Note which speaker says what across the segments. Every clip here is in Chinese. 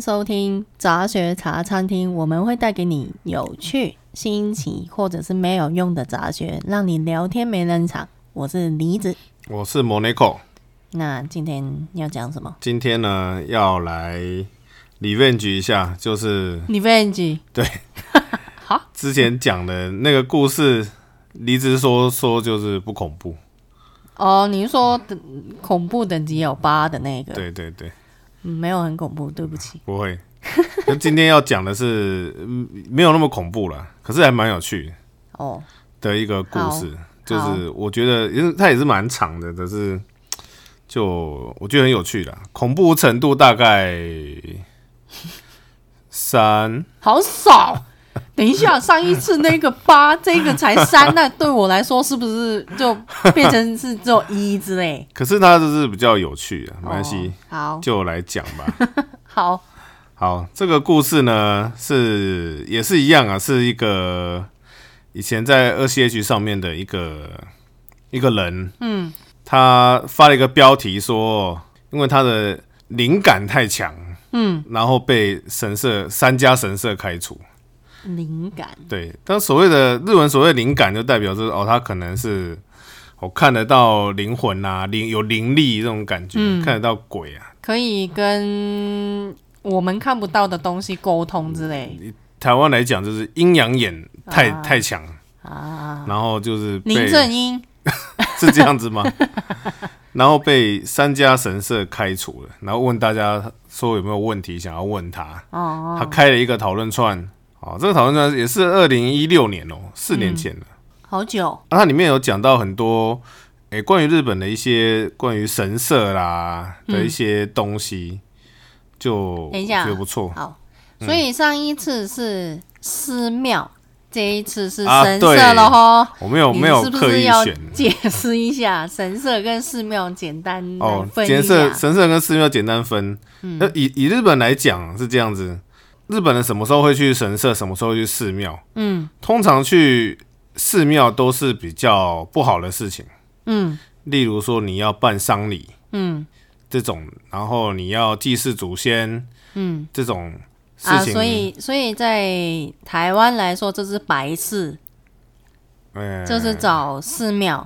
Speaker 1: 收听杂学茶餐厅，我们会带给你有趣、新奇或者是没有用的杂学，让你聊天没冷场。我是梨子，
Speaker 2: 我是 Monaco，
Speaker 1: 那今天要讲什么
Speaker 2: 今天呢要来 revenge 一下，就是
Speaker 1: ？Revenge
Speaker 2: 对
Speaker 1: 好，
Speaker 2: 之前讲的那个故事，离职说说就是不恐怖，
Speaker 1: 哦，你是说等恐怖等级有八的那个？
Speaker 2: 对对对，
Speaker 1: 嗯，没有很恐怖，对不起。
Speaker 2: 不会。 那今天要讲的是嗯没有那么恐怖了，可是还蛮有趣
Speaker 1: 哦，
Speaker 2: 的一个故事，就
Speaker 1: 好
Speaker 2: 是我觉得因为它也是蛮长的，可是就我觉得很有趣啦，恐怖程度大概三。
Speaker 1: 好少。等一下，上一次那个八， 这个才三，那对我来说是不是就变成是只有一之类？
Speaker 2: 可是它就是比较有趣啊，没关系，
Speaker 1: 哦
Speaker 2: 就来讲吧。
Speaker 1: 好，好，
Speaker 2: 好，这个故事呢是也是一样啊，是一个以前在二 C H 上面的一个一个人，嗯，他发了一个标题说，因为他的灵感太强，嗯，然后被神社三家神社开除。
Speaker 1: 灵感
Speaker 2: 对，但所谓的日文所谓灵感，就代表是哦，他可能是我、哦看得到灵魂啊，灵有灵力这种感觉，看得到鬼啊。
Speaker 1: 可以跟我们看不到的东西沟通之类
Speaker 2: 台湾来讲就是阴阳眼太、太强，
Speaker 1: 啊。
Speaker 2: 然后就是被
Speaker 1: 林正英
Speaker 2: 是这样子吗？ 然后被三家神社开除了，然后问大家说有没有问题想要问他，
Speaker 1: 哦，
Speaker 2: 他开了一个讨论串。哦，这个讨论串也是二零一六年哦，四年前了。
Speaker 1: 嗯好久
Speaker 2: 啊，它里面有讲到很多，诶、关于日本的一些关于神社啦的一些东西，就
Speaker 1: 嗯等一下
Speaker 2: 觉得不错。
Speaker 1: 好，
Speaker 2: 嗯
Speaker 1: 所以上一次是寺庙，这一次是
Speaker 2: 啊
Speaker 1: 神
Speaker 2: 对
Speaker 1: 社了吼。
Speaker 2: 我没有
Speaker 1: 你
Speaker 2: 没有
Speaker 1: 是不
Speaker 2: 刻
Speaker 1: 是
Speaker 2: 意
Speaker 1: 要
Speaker 2: 选
Speaker 1: 解释一下神社跟寺庙简单来
Speaker 2: 哦，
Speaker 1: 分一啊嗯
Speaker 2: 神
Speaker 1: 下
Speaker 2: 社？神社跟寺庙简单分。那、以以日本来讲是这样子，日本人什么时候会去神社，什么时候会去寺庙？
Speaker 1: 嗯
Speaker 2: 通常去寺庙都是比较不好的事情，
Speaker 1: 嗯
Speaker 2: 例如说你要办丧礼
Speaker 1: 嗯
Speaker 2: 这种，然后你要祭祀祖先
Speaker 1: 嗯
Speaker 2: 这种事
Speaker 1: 啊，
Speaker 2: 情。
Speaker 1: 所以所以在台湾来说，这是白事，
Speaker 2: 呃
Speaker 1: 就是找寺庙；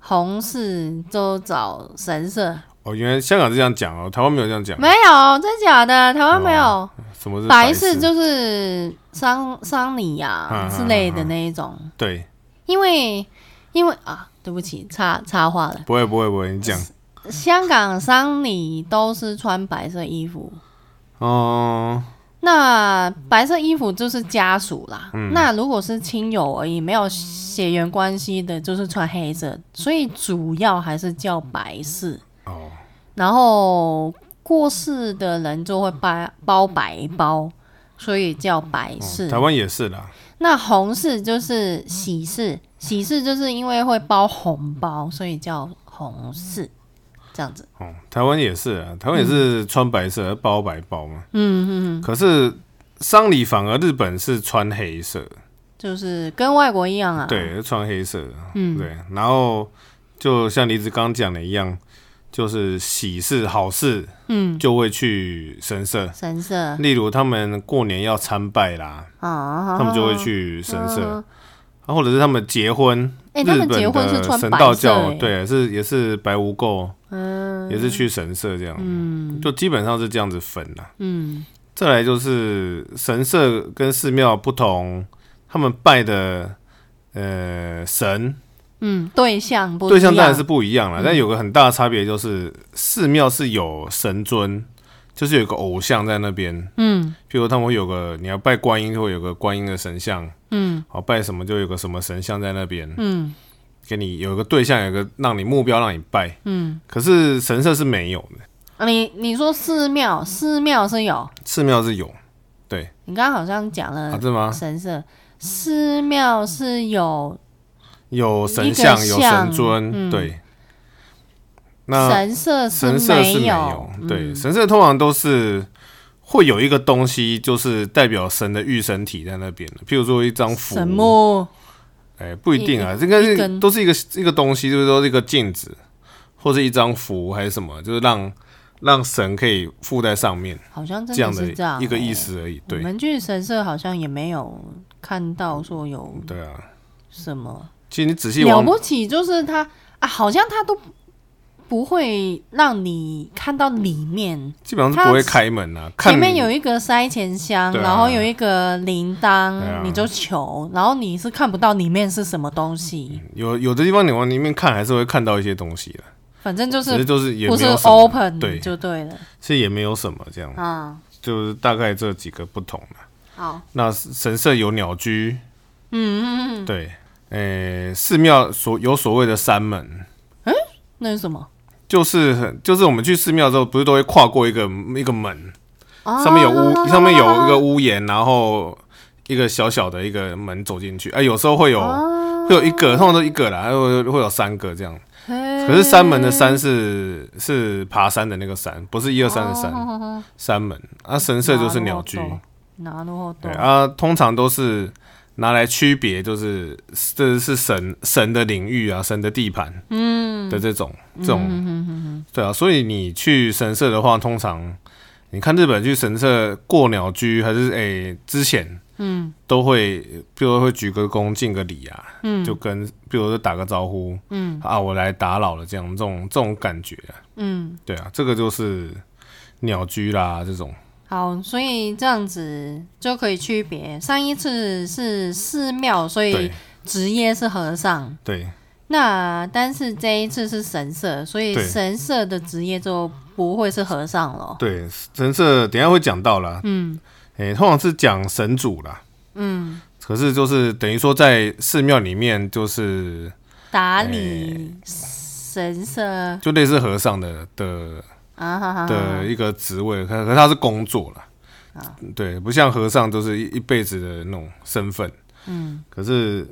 Speaker 1: 红事就找神社。
Speaker 2: 哦，原来香港是这样讲哦，台湾没有这样讲。
Speaker 1: 没有，真假的？台湾没有、
Speaker 2: 什么是
Speaker 1: 白
Speaker 2: 事？
Speaker 1: 事，哦就是丧丧礼呀
Speaker 2: 嗯嗯
Speaker 1: 之类的那一种。
Speaker 2: 对，
Speaker 1: 因为因为啊，对不起，插插话了。
Speaker 2: 不会不会不会，你讲
Speaker 1: 香港丧礼都是穿白色衣服，
Speaker 2: 哦，
Speaker 1: 那白色衣服就是家属啦。那如果是亲友而已，没有血缘关系的，就是穿黑色。所以主要还是叫白事。
Speaker 2: 哦。
Speaker 1: 然后过世的人就会包包白包，所以叫白事。
Speaker 2: 哦台湾也是啦，
Speaker 1: 那红事就是喜事，喜事就是因为会包红包，所以叫红事。这样子，
Speaker 2: 哦，台湾也是啊，台湾也是穿白色包白包嘛。
Speaker 1: 嗯嗯嗯，
Speaker 2: 可是丧礼反而日本是穿黑色，
Speaker 1: 就是跟外国一样啊。
Speaker 2: 对，穿黑色，
Speaker 1: 嗯
Speaker 2: 对。然后就像李子刚讲的一样，就是喜事好事
Speaker 1: 嗯，
Speaker 2: 就会去神社，
Speaker 1: 神社
Speaker 2: 例如他们过年要参拜啦，
Speaker 1: 啊，
Speaker 2: 他们就会去神社。
Speaker 1: 嗯。
Speaker 2: 啊，或者是他们结婚，
Speaker 1: 哎、
Speaker 2: 日
Speaker 1: 他们
Speaker 2: 本
Speaker 1: 结婚是
Speaker 2: 的
Speaker 1: 穿
Speaker 2: 神
Speaker 1: 白
Speaker 2: 道
Speaker 1: 色、
Speaker 2: 教
Speaker 1: 欸，，
Speaker 2: 对，是也是白无垢，
Speaker 1: 嗯
Speaker 2: 也是去神社这样，
Speaker 1: 嗯
Speaker 2: 就基本上是这样子分的、
Speaker 1: 嗯
Speaker 2: 再来就是神社跟寺庙不同，他们拜的呃神
Speaker 1: 嗯，对象不
Speaker 2: 对象
Speaker 1: 一
Speaker 2: 当然
Speaker 1: 样嗯
Speaker 2: 是不一样了，但有个很大的差别就是寺庙是有神尊，就是有个偶像在那边，
Speaker 1: 嗯
Speaker 2: 譬如他们会有个你要拜观音，就会有个观音的神像，
Speaker 1: 嗯
Speaker 2: 好拜什么就有个什么神像在那边，
Speaker 1: 嗯
Speaker 2: 给你有一个对象，有一个让你目标让你拜，
Speaker 1: 嗯，
Speaker 2: 可是神社是没有的，
Speaker 1: 啊你你说寺庙，寺庙是有，
Speaker 2: 寺庙是有
Speaker 1: 你刚刚好像讲
Speaker 2: 啊，
Speaker 1: 了
Speaker 2: 是吗？
Speaker 1: 神社，寺庙是有
Speaker 2: 有神像，
Speaker 1: 一个
Speaker 2: 有
Speaker 1: 像
Speaker 2: 神尊，
Speaker 1: 嗯
Speaker 2: 对。那
Speaker 1: 神社
Speaker 2: 神社
Speaker 1: 没
Speaker 2: 是没
Speaker 1: 有嗯
Speaker 2: 有，，对，神社通常都是会有一个东西，就是代表神的御神体在那边的，譬如说一张符，
Speaker 1: 什么
Speaker 2: 哎，不一定啊，这个
Speaker 1: 一
Speaker 2: 是
Speaker 1: 根
Speaker 2: 都是一个一个东西，就是说一个镜子，或是一张符还是什么，就是让让神可以附在上面
Speaker 1: 好像真
Speaker 2: 这样
Speaker 1: 的是这样、欸
Speaker 2: 的一个意。思而已。
Speaker 1: 我
Speaker 2: 对，
Speaker 1: 们去神社好像也没有看到说有
Speaker 2: 对啊。
Speaker 1: 什么
Speaker 2: 其实你仔细
Speaker 1: 了
Speaker 2: 往
Speaker 1: 不起，就是他啊，好像他都不会让你看到里面。
Speaker 2: 基本上是不会开门啊，看
Speaker 1: 前面
Speaker 2: 你
Speaker 1: 有一个塞钱箱，
Speaker 2: 对啊
Speaker 1: 然后有一个铃铛，
Speaker 2: 对啊
Speaker 1: 你就求，然后你是看不到里面是什么东西，
Speaker 2: 有有的地方你往里面看还是会看到一些东西的，
Speaker 1: 反正就
Speaker 2: 只是
Speaker 1: 是
Speaker 2: 就是也
Speaker 1: 不
Speaker 2: 没
Speaker 1: 是
Speaker 2: 有什么
Speaker 1: open
Speaker 2: 对，
Speaker 1: 就对了
Speaker 2: 是也没有什么这样，
Speaker 1: 啊。
Speaker 2: 就是大概这几个不同啦
Speaker 1: 好，
Speaker 2: 那神社有鸟居，嗯嗯嗯，对，诶、寺庙所有所谓的山门，
Speaker 1: 那是什么？
Speaker 2: 就是很就是我们去寺庙之后，不是都会跨过一个一个门，
Speaker 1: 啊
Speaker 2: 上面有屋，上面有一个屋檐，然后一个小小的一个门走进去，哎、有时候会有、会有一个，通常都一个啦，会会有三个这样。可是山门的山是是爬山的那个山，不是一二三的山，山门啊，神社就是鸟居，
Speaker 1: 拿落
Speaker 2: 对
Speaker 1: 豆，
Speaker 2: 啊，通常都是拿来区别，就是这是神神的领域啊，神的地盘，嗯的这种这种，对啊，所以你去神社的话，通常你看日本去神社过鸟居，还是诶、之前，嗯，都会，比如说会鞠个躬敬个礼啊，嗯，就跟比如说打个招呼，嗯啊，我来打扰了这样，这种这种感觉、啊，嗯，对啊，这个就是鸟居啦，这种。
Speaker 1: 好，所以这样子就可以区别。上一次是寺庙，所以
Speaker 2: 对
Speaker 1: 职业是和尚。
Speaker 2: 对，
Speaker 1: 那但是这一次是神社，所以
Speaker 2: 对
Speaker 1: 神社的职业就不会是和尚了。
Speaker 2: 对，神社等一下会讲到啦。嗯，诶、通常是讲神主啦。嗯，可是就是等于说在寺庙里面，就是
Speaker 1: 打理
Speaker 2: 哎
Speaker 1: 神社
Speaker 2: 就类似和尚的的
Speaker 1: 啊哈哈哈
Speaker 2: 的一个职位，可可是他是工作啦。
Speaker 1: 啊
Speaker 2: 对，不像和尚就是一一辈子的那种身份。嗯，可是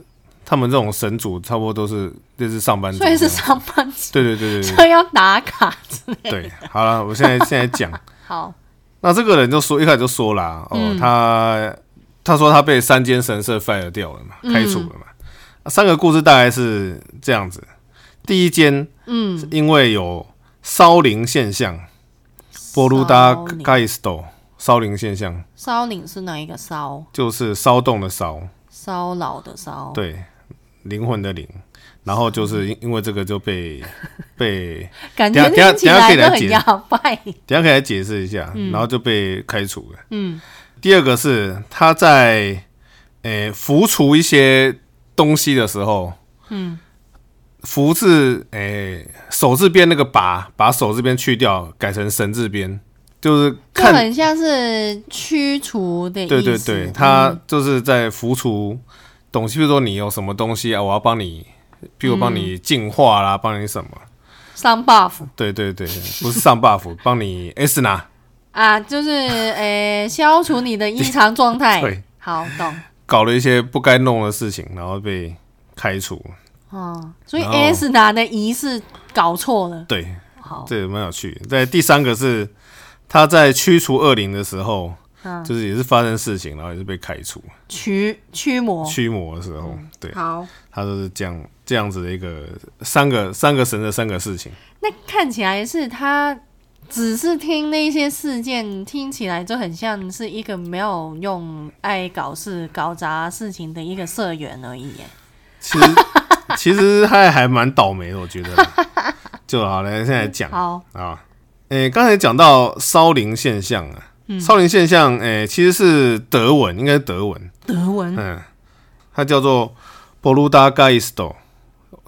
Speaker 2: 他们这种神主差不多都是类似上班族这
Speaker 1: 所以
Speaker 2: 样，
Speaker 1: 是上班族，
Speaker 2: 对对对对
Speaker 1: 所以要打卡之类。
Speaker 2: 对对。好了，我现在现在讲，
Speaker 1: 好，
Speaker 2: 那这个人就说一开始就说啦，哦，他他说他被三间神社 fire 掉了嘛，开除了嘛。啊三个故事大概是这样子：第一间，嗯，是因为有烧灵现象，波鲁达
Speaker 1: 烧领
Speaker 2: 盖斯斗烧灵现象
Speaker 1: 烧领是哪一个烧？
Speaker 2: 就是骚动的骚，
Speaker 1: 哦骚扰的骚。
Speaker 2: 对，灵魂的灵。然后就是因因为这个就被被，
Speaker 1: 感
Speaker 2: 等
Speaker 1: 觉
Speaker 2: 下
Speaker 1: 听
Speaker 2: 等下
Speaker 1: 起
Speaker 2: 等下可以
Speaker 1: 就
Speaker 2: 来
Speaker 1: 很
Speaker 2: 解
Speaker 1: 摇摆。
Speaker 2: 等一下可以来解释一下，然后就被开除了。嗯，第二个是他在诶、浮除一些东西的时候，嗯，福字诶、手字边那个把把手这边去掉，改成神字边，就是
Speaker 1: 就
Speaker 2: 看
Speaker 1: 很像是驱除的意思。
Speaker 2: 对对对，他就是在浮除东西，比如说你有什么东西啊，我要帮你，比如帮你净化啦，帮你什么，
Speaker 1: 上 buff
Speaker 2: 对对对，不是上 buff，帮你 S 拿，
Speaker 1: 啊，就是呃、消除你的异常状态。
Speaker 2: 对，
Speaker 1: 好懂
Speaker 2: 搞了一些不该弄的事情，然后被开除。
Speaker 1: 哦。所以
Speaker 2: 然后
Speaker 1: S 拿的疑似搞错了。
Speaker 2: 对，
Speaker 1: 好，
Speaker 2: 这也蛮有趣的。在第三个是他在驱除恶灵的时候，
Speaker 1: 嗯
Speaker 2: 就是也是发生事情，然后也是被开除，
Speaker 1: 驱驱魔。
Speaker 2: 驱魔的时候，
Speaker 1: 嗯
Speaker 2: 对
Speaker 1: 好，
Speaker 2: 他就是这样这样子的一个三个三个神的三个事情。
Speaker 1: 那看起来是他。只是听那些事件，听起来就很像是一个没有用、爱搞事、搞砸事情的一个社员而已耶。
Speaker 2: 其实其实他还蛮倒霉的，我觉得。就好了，现在讲
Speaker 1: 好，
Speaker 2: 啊，诶、刚才讲到烧灵现象啊，
Speaker 1: 嗯
Speaker 2: 烧灵现象，诶、其实是德文，应该是德文。
Speaker 1: 德文
Speaker 2: 嗯，它叫做 Boluda Geisto。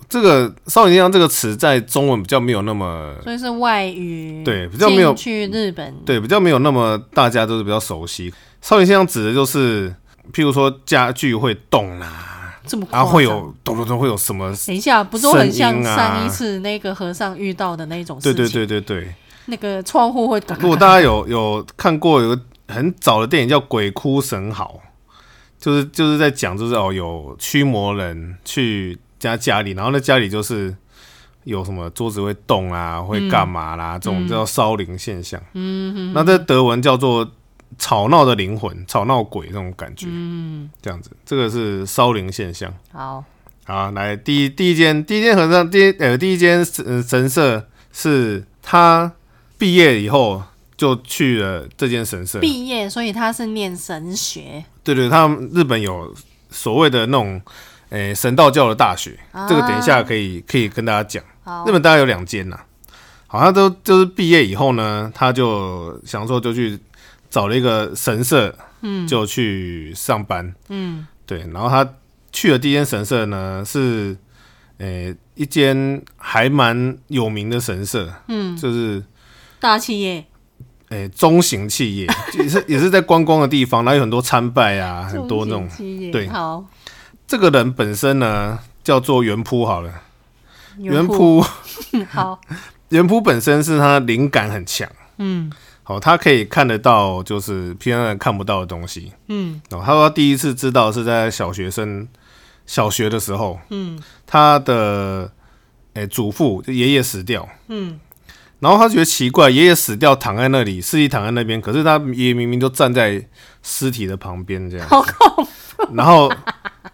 Speaker 2: 这个“少年现象”这个词在中文比较没有那么
Speaker 1: 所以是外语，
Speaker 2: 对比较没有
Speaker 1: 去日本，
Speaker 2: 对，比较没有那么大家都是比较熟悉。少年现象指的就是，譬如说家具会动啦、
Speaker 1: 这么夸张
Speaker 2: 然后啊会有咚咚咚会有什么？
Speaker 1: 等一下，不都很像
Speaker 2: 声音啊
Speaker 1: 上一次那个和尚遇到的那种事
Speaker 2: 对
Speaker 1: 情？
Speaker 2: 对对对对。
Speaker 1: 那个窗户会嘎嘎
Speaker 2: 如果大家有有看过有个很早的电影叫《鬼哭神嚎》，就是就是在讲就是哦有驱魔人去家家里，然后那家里就是有什么桌子会动啊，会干嘛啦、这种叫烧灵现象。嗯，那在德文叫做吵闹的灵魂、吵闹鬼这种感觉。嗯，这样子，这个是烧灵现象。
Speaker 1: 好，
Speaker 2: 好，来第呃一第一间第一间和尚第一呃第一间神神社是他毕业以后就去了这间神社。
Speaker 1: 毕业，所以他是念神学
Speaker 2: 对对，他们日本有所谓的那种，诶、神道教的大学，这个等一下可以可以跟大家讲。
Speaker 1: 好
Speaker 2: 日本大概有两间呐，好像都就是毕业以后呢，他就想说就去找了一个神社，嗯，就去上班，嗯，对。然后他去的第一间神社呢是，诶、一间还蛮有名的神社，嗯，就是
Speaker 1: 大企业，
Speaker 2: 诶、中型企业， 也是也是在观光的地方，然后有很多参拜啊，很多那种
Speaker 1: 中型企业
Speaker 2: 对
Speaker 1: 好，
Speaker 2: 这个人本身呢叫做原扑好了，原
Speaker 1: 铺
Speaker 2: 扑
Speaker 1: 好，
Speaker 2: 原扑本身是他灵感很强，
Speaker 1: 嗯
Speaker 2: 好，他可以看得到就是平常人看不到的东西。
Speaker 1: 嗯
Speaker 2: 然后他说他第一次知道是在小学生小学的时候，
Speaker 1: 嗯
Speaker 2: 他的诶、祖父就爷爷死掉，
Speaker 1: 嗯，
Speaker 2: 然后他觉得奇怪，爷爷死掉躺在那里，尸体躺在那边，可是他爷爷明明就站在尸体的旁边这样，
Speaker 1: 好恐怖，
Speaker 2: 然后，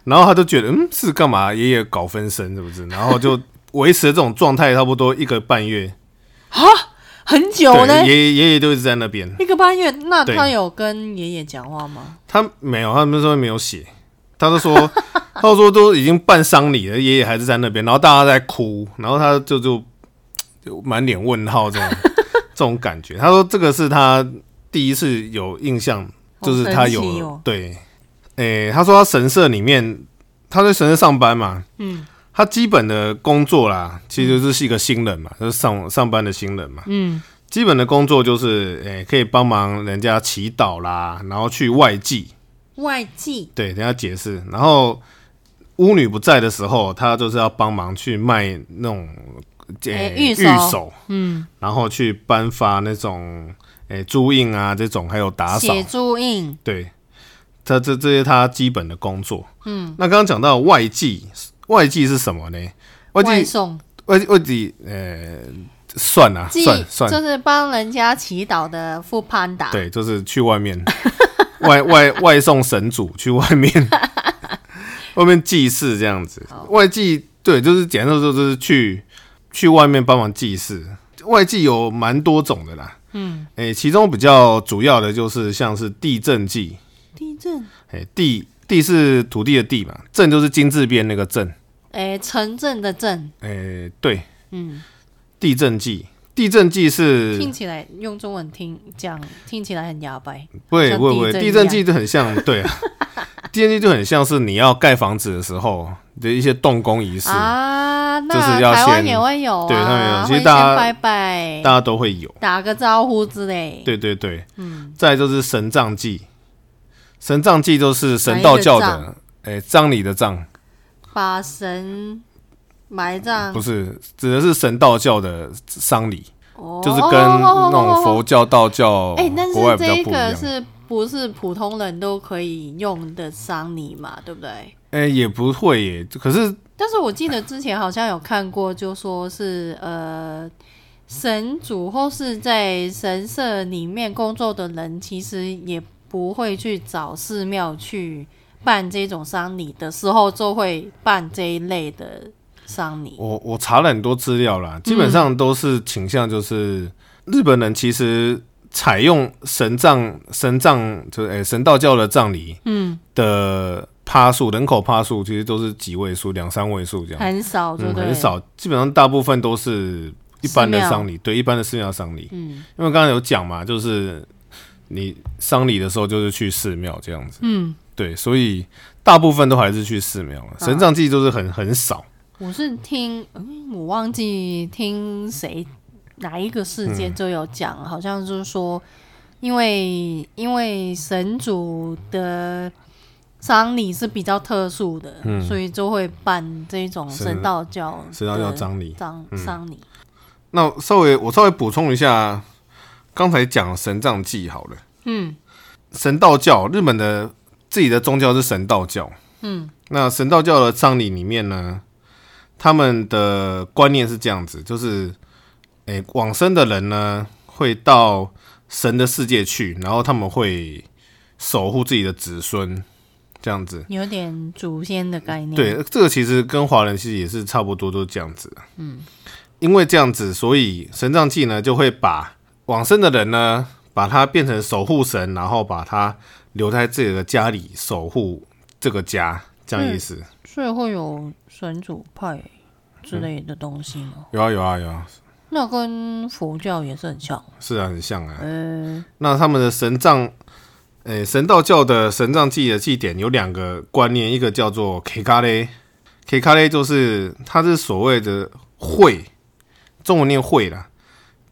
Speaker 2: 然后他就觉得，嗯，是干嘛？爷爷搞分身是不是？然后就维持了这种状态差不多一个半月。
Speaker 1: 很久
Speaker 2: 对，
Speaker 1: 嘞，
Speaker 2: 爷爷爷爷就一直在那边，
Speaker 1: 一个半月。那
Speaker 2: 对
Speaker 1: 他有跟爷爷讲话吗？
Speaker 2: 他没有，他们说没有写，他就 说，他就说都已经办丧礼了，爷爷还是在那边，然后大家在哭，然后他就就就满脸问号 这样这种感觉。他说这个是他第一次有印象，就是他有、
Speaker 1: 好神奇哦
Speaker 2: 对，诶、他说他神社里面，他在神社上班嘛，
Speaker 1: 嗯
Speaker 2: 他基本的工作啦，其实就是一个新人嘛，就是上上班的新人嘛。
Speaker 1: 嗯
Speaker 2: 基本的工作就是，诶、可以帮忙人家祈祷啦，然后去外祭，
Speaker 1: 外寄
Speaker 2: 对，等一下解释。然后巫女不在的时候，他就是要帮忙去卖那种，诶、
Speaker 1: 诶玉手
Speaker 2: 玉手，
Speaker 1: 嗯
Speaker 2: 然后去颁发那种，诶、朱印啊这种，还有打扫
Speaker 1: 写，注印
Speaker 2: 对，他这这些他基本的工作。嗯，那刚刚讲到外祭，外祭是什么呢？外祭
Speaker 1: 外送
Speaker 2: 外外地呃，算啦，
Speaker 1: 寄
Speaker 2: 算算，
Speaker 1: 就是帮人家祈祷的富潘达，
Speaker 2: 对，就是去外面外外外送神主去外面 外面祭祀这样子，
Speaker 1: 哦
Speaker 2: 外祭对，就是简单说就是去去外面帮忙祭祀。外祭有蛮多种的啦，嗯，诶、其中比较主要的就是像是地震祭，
Speaker 1: 地震
Speaker 2: 诶、地地是土地的地嘛，震就是金字边那个震，
Speaker 1: 诶，城镇的镇，
Speaker 2: 诶、对，
Speaker 1: 嗯，
Speaker 2: 地震祭，地震祭是
Speaker 1: 听起来用中文听讲听起来很哑巴，
Speaker 2: 不会
Speaker 1: 像
Speaker 2: 不会
Speaker 1: 地
Speaker 2: 不会，
Speaker 1: 震
Speaker 2: 地
Speaker 1: 一
Speaker 2: 震
Speaker 1: 样
Speaker 2: 计就 很像，对啊，地震计就很像是你要盖房子的时候的一些动工仪式，
Speaker 1: 啊，那
Speaker 2: 就是要
Speaker 1: 台湾
Speaker 2: 先
Speaker 1: 也会有、啊，
Speaker 2: 对他们有其
Speaker 1: 会
Speaker 2: 实大家
Speaker 1: 先拜拜，
Speaker 2: 大家都会有。
Speaker 1: 打个招呼之类。，
Speaker 2: 对对对，
Speaker 1: 嗯，
Speaker 2: 再来就是神葬祭，神葬祭就是神道教
Speaker 1: 哪一个
Speaker 2: 的，哎，葬礼的葬
Speaker 1: 把神埋葬
Speaker 2: 不，是，指的是神道教的丧礼，
Speaker 1: 哦
Speaker 2: 就是跟那种佛。教、道教
Speaker 1: 哎、但是
Speaker 2: 国外比较
Speaker 1: 这
Speaker 2: 不一样
Speaker 1: 个。是不是普通人都可以用的丧礼嘛？对不对？
Speaker 2: 哎，也不会耶，可是
Speaker 1: 但是我记得之前好像有看过，就说是呃。神主或是在神社里面工作的人，其实也不会去找寺庙去办这种丧礼的时候，就会办这一类的丧礼。
Speaker 2: 我我查了很多资料啦，基
Speaker 1: 嗯
Speaker 2: 本上都是倾向就是、日本人其实采用神葬神葬就是诶、神道教的葬礼
Speaker 1: 嗯，
Speaker 2: 的趴数人口趴数其实都是几位数两三位数这样，
Speaker 1: 很少，对
Speaker 2: 嗯
Speaker 1: 不对？
Speaker 2: 很。少，基本上大部分都是一般的
Speaker 1: 寺庙
Speaker 2: 丧礼，对一般的寺庙丧礼，
Speaker 1: 嗯
Speaker 2: 因为刚刚有讲嘛，就是你丧礼的时候就是去寺庙这样子，
Speaker 1: 嗯，啊
Speaker 2: 对，所以大部分都还是去寺庙了，神葬祭就是很很少。
Speaker 1: 我是听，嗯，我忘记听谁哪一个事件就有讲，好像就是说，因为因为神主的丧礼是比较特殊的，所以就会办这种
Speaker 2: 嗯神
Speaker 1: 神道教
Speaker 2: 神道教
Speaker 1: 的
Speaker 2: 葬礼嗯
Speaker 1: 葬丧礼。
Speaker 2: 那稍微我稍微补充一下，刚才讲神藏记好了，
Speaker 1: 嗯
Speaker 2: 神道教日本的自己的宗教是神道教，
Speaker 1: 嗯
Speaker 2: 那神道教的葬礼里面呢，他们的观念是这样子，就是，诶、往生的人呢会到神的世界去，然后他们会守护自己的子孙，这样子。
Speaker 1: 有点祖先的概念。，
Speaker 2: 对，这个其实跟华人其实也是差不多，都这样子。嗯，因为这样子，所以神藏记呢就会把往生的人呢，把他变成守护神，然后把他留在自己的家里守护这个家，这样意思。
Speaker 1: 所以会有神主派
Speaker 2: 嗯
Speaker 1: 之类的东西吗？
Speaker 2: 有啊有啊有啊，
Speaker 1: 那跟佛教也是很像。
Speaker 2: 是啊，很像啊。
Speaker 1: 呃，
Speaker 2: 那他们的神杖，诶、神道教的神杖祭的祭典有两个观念，一个叫做 K 卡勒，K 卡勒就是它是所谓的会，中文念会啦，